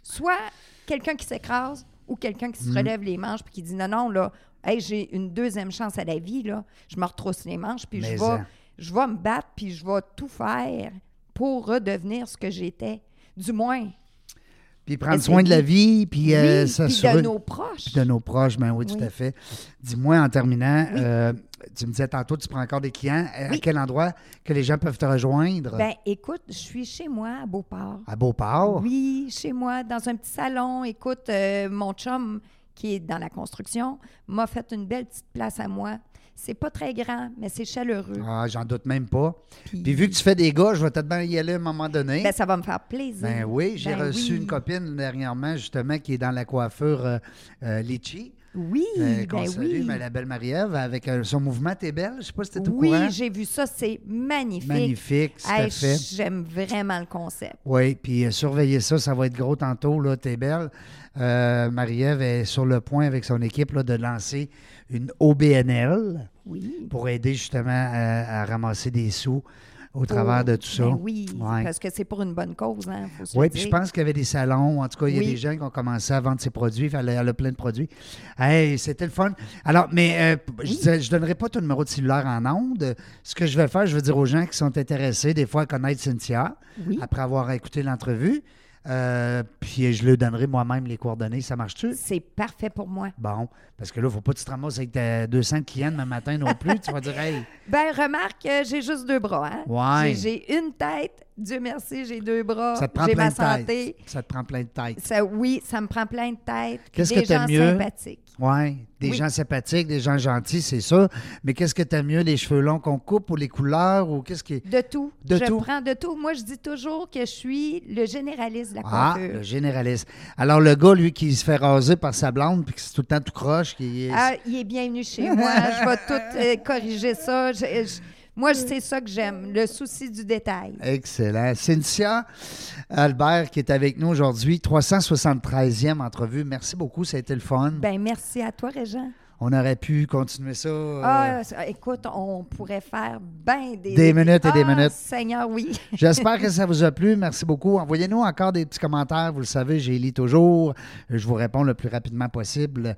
Speaker 2: soit quelqu'un qui s'écrase ou quelqu'un qui se
Speaker 1: Mm.
Speaker 2: relève les manches puis qui dit non, non, là, hey, j'ai une deuxième chance à la vie, là. Je me retrousse les manches puis je
Speaker 1: Mais hein.
Speaker 2: vais,
Speaker 1: en.
Speaker 2: je vais me battre puis je vais tout faire pour redevenir ce que j'étais. Du moins,
Speaker 1: Puis prendre
Speaker 2: Essayer.
Speaker 1: soin de la vie, puis euh,
Speaker 2: oui, puis de
Speaker 1: s'assurer-
Speaker 2: nos proches.
Speaker 1: Puis de nos proches, ben oui, tout
Speaker 2: Oui.
Speaker 1: à fait. Dis-moi en terminant, euh, tu me disais tantôt, tu prends encore des clients. Euh, À
Speaker 2: Oui.
Speaker 1: quel endroit que les gens peuvent te rejoindre?
Speaker 2: Ben, écoute, je suis chez moi à Beauport.
Speaker 1: à Beauport.
Speaker 2: Oui, chez moi, dans un petit salon. Écoute, euh, mon chum, qui est dans la construction, m'a fait une belle petite place à moi. C'est pas très grand, mais c'est chaleureux.
Speaker 1: Ah, j'en doute même pas.
Speaker 2: Puis-
Speaker 1: Puis vu que tu fais des gars, je vais peut-être y aller à un moment donné.
Speaker 2: Ben, ça va me faire plaisir.
Speaker 1: Ben oui, j'ai
Speaker 2: Ben
Speaker 1: reçu
Speaker 2: oui.
Speaker 1: une copine dernièrement, justement, qui est dans la coiffure euh, euh, Litchi.
Speaker 2: Oui,
Speaker 1: euh, qu'on
Speaker 2: ben
Speaker 1: salue,
Speaker 2: oui.
Speaker 1: mais la belle Marie-Ève, avec euh, son mouvement T'es belle. Je sais pas si t'es au courant.
Speaker 2: Oui, j'ai vu ça. C'est magnifique.
Speaker 1: Magnifique, tout à
Speaker 2: Hey,
Speaker 1: fait.
Speaker 2: J'aime vraiment le concept.
Speaker 1: Oui, puis euh, surveillez ça, ça va être gros tantôt, là, t'es belle. Euh, Marie-Ève est sur le point avec son équipe là, de lancer une OBNL
Speaker 2: Oui.
Speaker 1: pour aider justement à, à ramasser des sous au travers de tout ça.
Speaker 2: Ben oui,
Speaker 1: Ouais.
Speaker 2: parce que c'est pour une bonne cause. Hein, faut se
Speaker 1: Oui,
Speaker 2: le
Speaker 1: puis je
Speaker 2: dire.
Speaker 1: pense qu'il y avait des salons. En tout cas, il y a
Speaker 2: Oui.
Speaker 1: des gens qui ont commencé à vendre ses produits. Elle a, elle a plein de produits. Hey, c'était le fun. Alors, mais euh, je disais- je ne donnerai pas ton numéro de cellulaire en ondes. Ce que je vais faire, je vais dire aux gens qui sont intéressés, des fois, à connaître Cynthia,
Speaker 2: Oui.
Speaker 1: après avoir écouté l'entrevue. Euh, puis je leur donnerai moi-même les coordonnées. Ça marche-tu?
Speaker 2: C'est parfait pour moi.
Speaker 1: Bon, parce que là, il ne faut pas que tu te ramasses avec ta 200 clients demain matin non plus. tu vas dire, hey,
Speaker 2: Ben, remarque, euh, j'ai juste deux bras. Hein?
Speaker 1: Ouais.
Speaker 2: J'ai j'ai une tête, Dieu merci, j'ai deux bras,
Speaker 1: Ça te prend
Speaker 2: Ah, j'ai
Speaker 1: plein
Speaker 2: ma
Speaker 1: de tête.
Speaker 2: santé.
Speaker 1: Ça te prend plein de tête.
Speaker 2: Ça, oui, ça me prend plein de tête.
Speaker 1: Qu'est-ce
Speaker 2: des
Speaker 1: que t'aimes
Speaker 2: gens
Speaker 1: mieux?
Speaker 2: sympathiques.
Speaker 1: Ouais, des
Speaker 2: Oui.
Speaker 1: gens sympathiques, des gens gentils, c'est ça. Mais qu'est-ce que t'aimes mieux, les cheveux longs qu'on coupe ou les couleurs ou qu'est-ce qui.
Speaker 2: De tout.
Speaker 1: De
Speaker 2: je
Speaker 1: tout.
Speaker 2: prends de tout. Moi, je dis toujours que je suis le généraliste de la
Speaker 1: Ah,
Speaker 2: coiffure.
Speaker 1: le généraliste. Alors, le gars, lui, qui se fait raser par sa blonde puis que c'est tout le temps tout croche, qui est.
Speaker 2: Ah, il est bienvenu chez moi. Je vais tout euh, corriger ça. Je- je- moi, je- c'est ça que j'aime, le souci du détail.
Speaker 1: Eh. Excellent. Cynthia Albert qui est avec nous aujourd'hui, 373e entrevue. Merci beaucoup, ça a été le fun.
Speaker 2: Ben merci à toi, Régent.
Speaker 1: On aurait pu continuer ça. euh,
Speaker 2: Ah, ça- écoute, on pourrait faire ben des...
Speaker 1: Des minutes et des
Speaker 2: Ah,
Speaker 1: minutes.
Speaker 2: Seigneur, oui.
Speaker 1: J'espère que ça vous a plu. Merci beaucoup. Envoyez-nous encore des petits commentaires. Vous le savez, j'ai lis toujours. Euh, Je vous réponds le plus rapidement possible.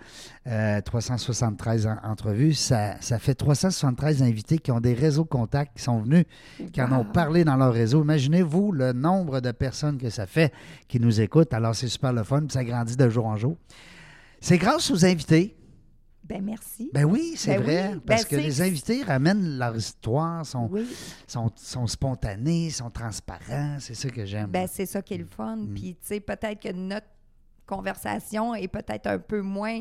Speaker 1: Euh, 373 en- entrevues. Ça, ça fait 373 invités qui ont des réseaux contacts, qui sont venus, qui en ont parlé dans leur réseau. Imaginez-vous le nombre de personnes que ça fait qui nous écoutent. Alors, c'est super le fun. puis Ça grandit de jour en jour. C'est grâce aux invités.
Speaker 2: Ben merci.
Speaker 1: Ben oui, c'est
Speaker 2: Ben
Speaker 1: vrai.
Speaker 2: oui, ben
Speaker 1: parce que
Speaker 2: c'est-
Speaker 1: les invités ramènent leur histoire, sont
Speaker 2: oui.
Speaker 1: sont, sont spontanés, sont transparents. C'est ça que j'aime.
Speaker 2: Ben c'est ça qui est
Speaker 1: Mm.
Speaker 2: le fun. Puis, tu sais, peut-être que notre conversation est peut-être un peu moins...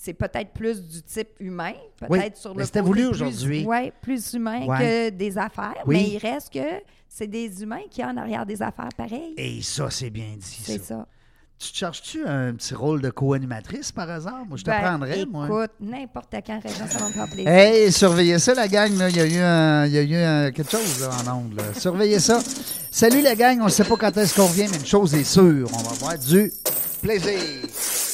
Speaker 2: C'est peut-être plus du type humain, peut-être
Speaker 1: Oui,
Speaker 2: sur
Speaker 1: mais
Speaker 2: le
Speaker 1: c'était
Speaker 2: côté
Speaker 1: voulu
Speaker 2: plus-
Speaker 1: aujourd'hui.
Speaker 2: ouais, plus humain
Speaker 1: Ouais.
Speaker 2: que des affaires,
Speaker 1: Oui.
Speaker 2: mais il reste que c'est des humains qui en arrière des affaires pareil.
Speaker 1: Et ça, c'est bien dit.
Speaker 2: C'est
Speaker 1: Ça.
Speaker 2: ça.
Speaker 1: Tu te cherches-tu un petit rôle de co-animatrice par hasard? Moi, je te
Speaker 2: Ben,
Speaker 1: prendrais, moi.
Speaker 2: Écoute, n'importe quand, Régent, ça va me faire plaisir.
Speaker 1: Hey, surveillez ça, la gang. là. Il y a eu, un- il y a eu un- quelque chose là, en onde. là. Surveillez ça. Salut, la gang. On ne sait pas quand est-ce qu'on revient, mais une chose est sûre. On va avoir du plaisir.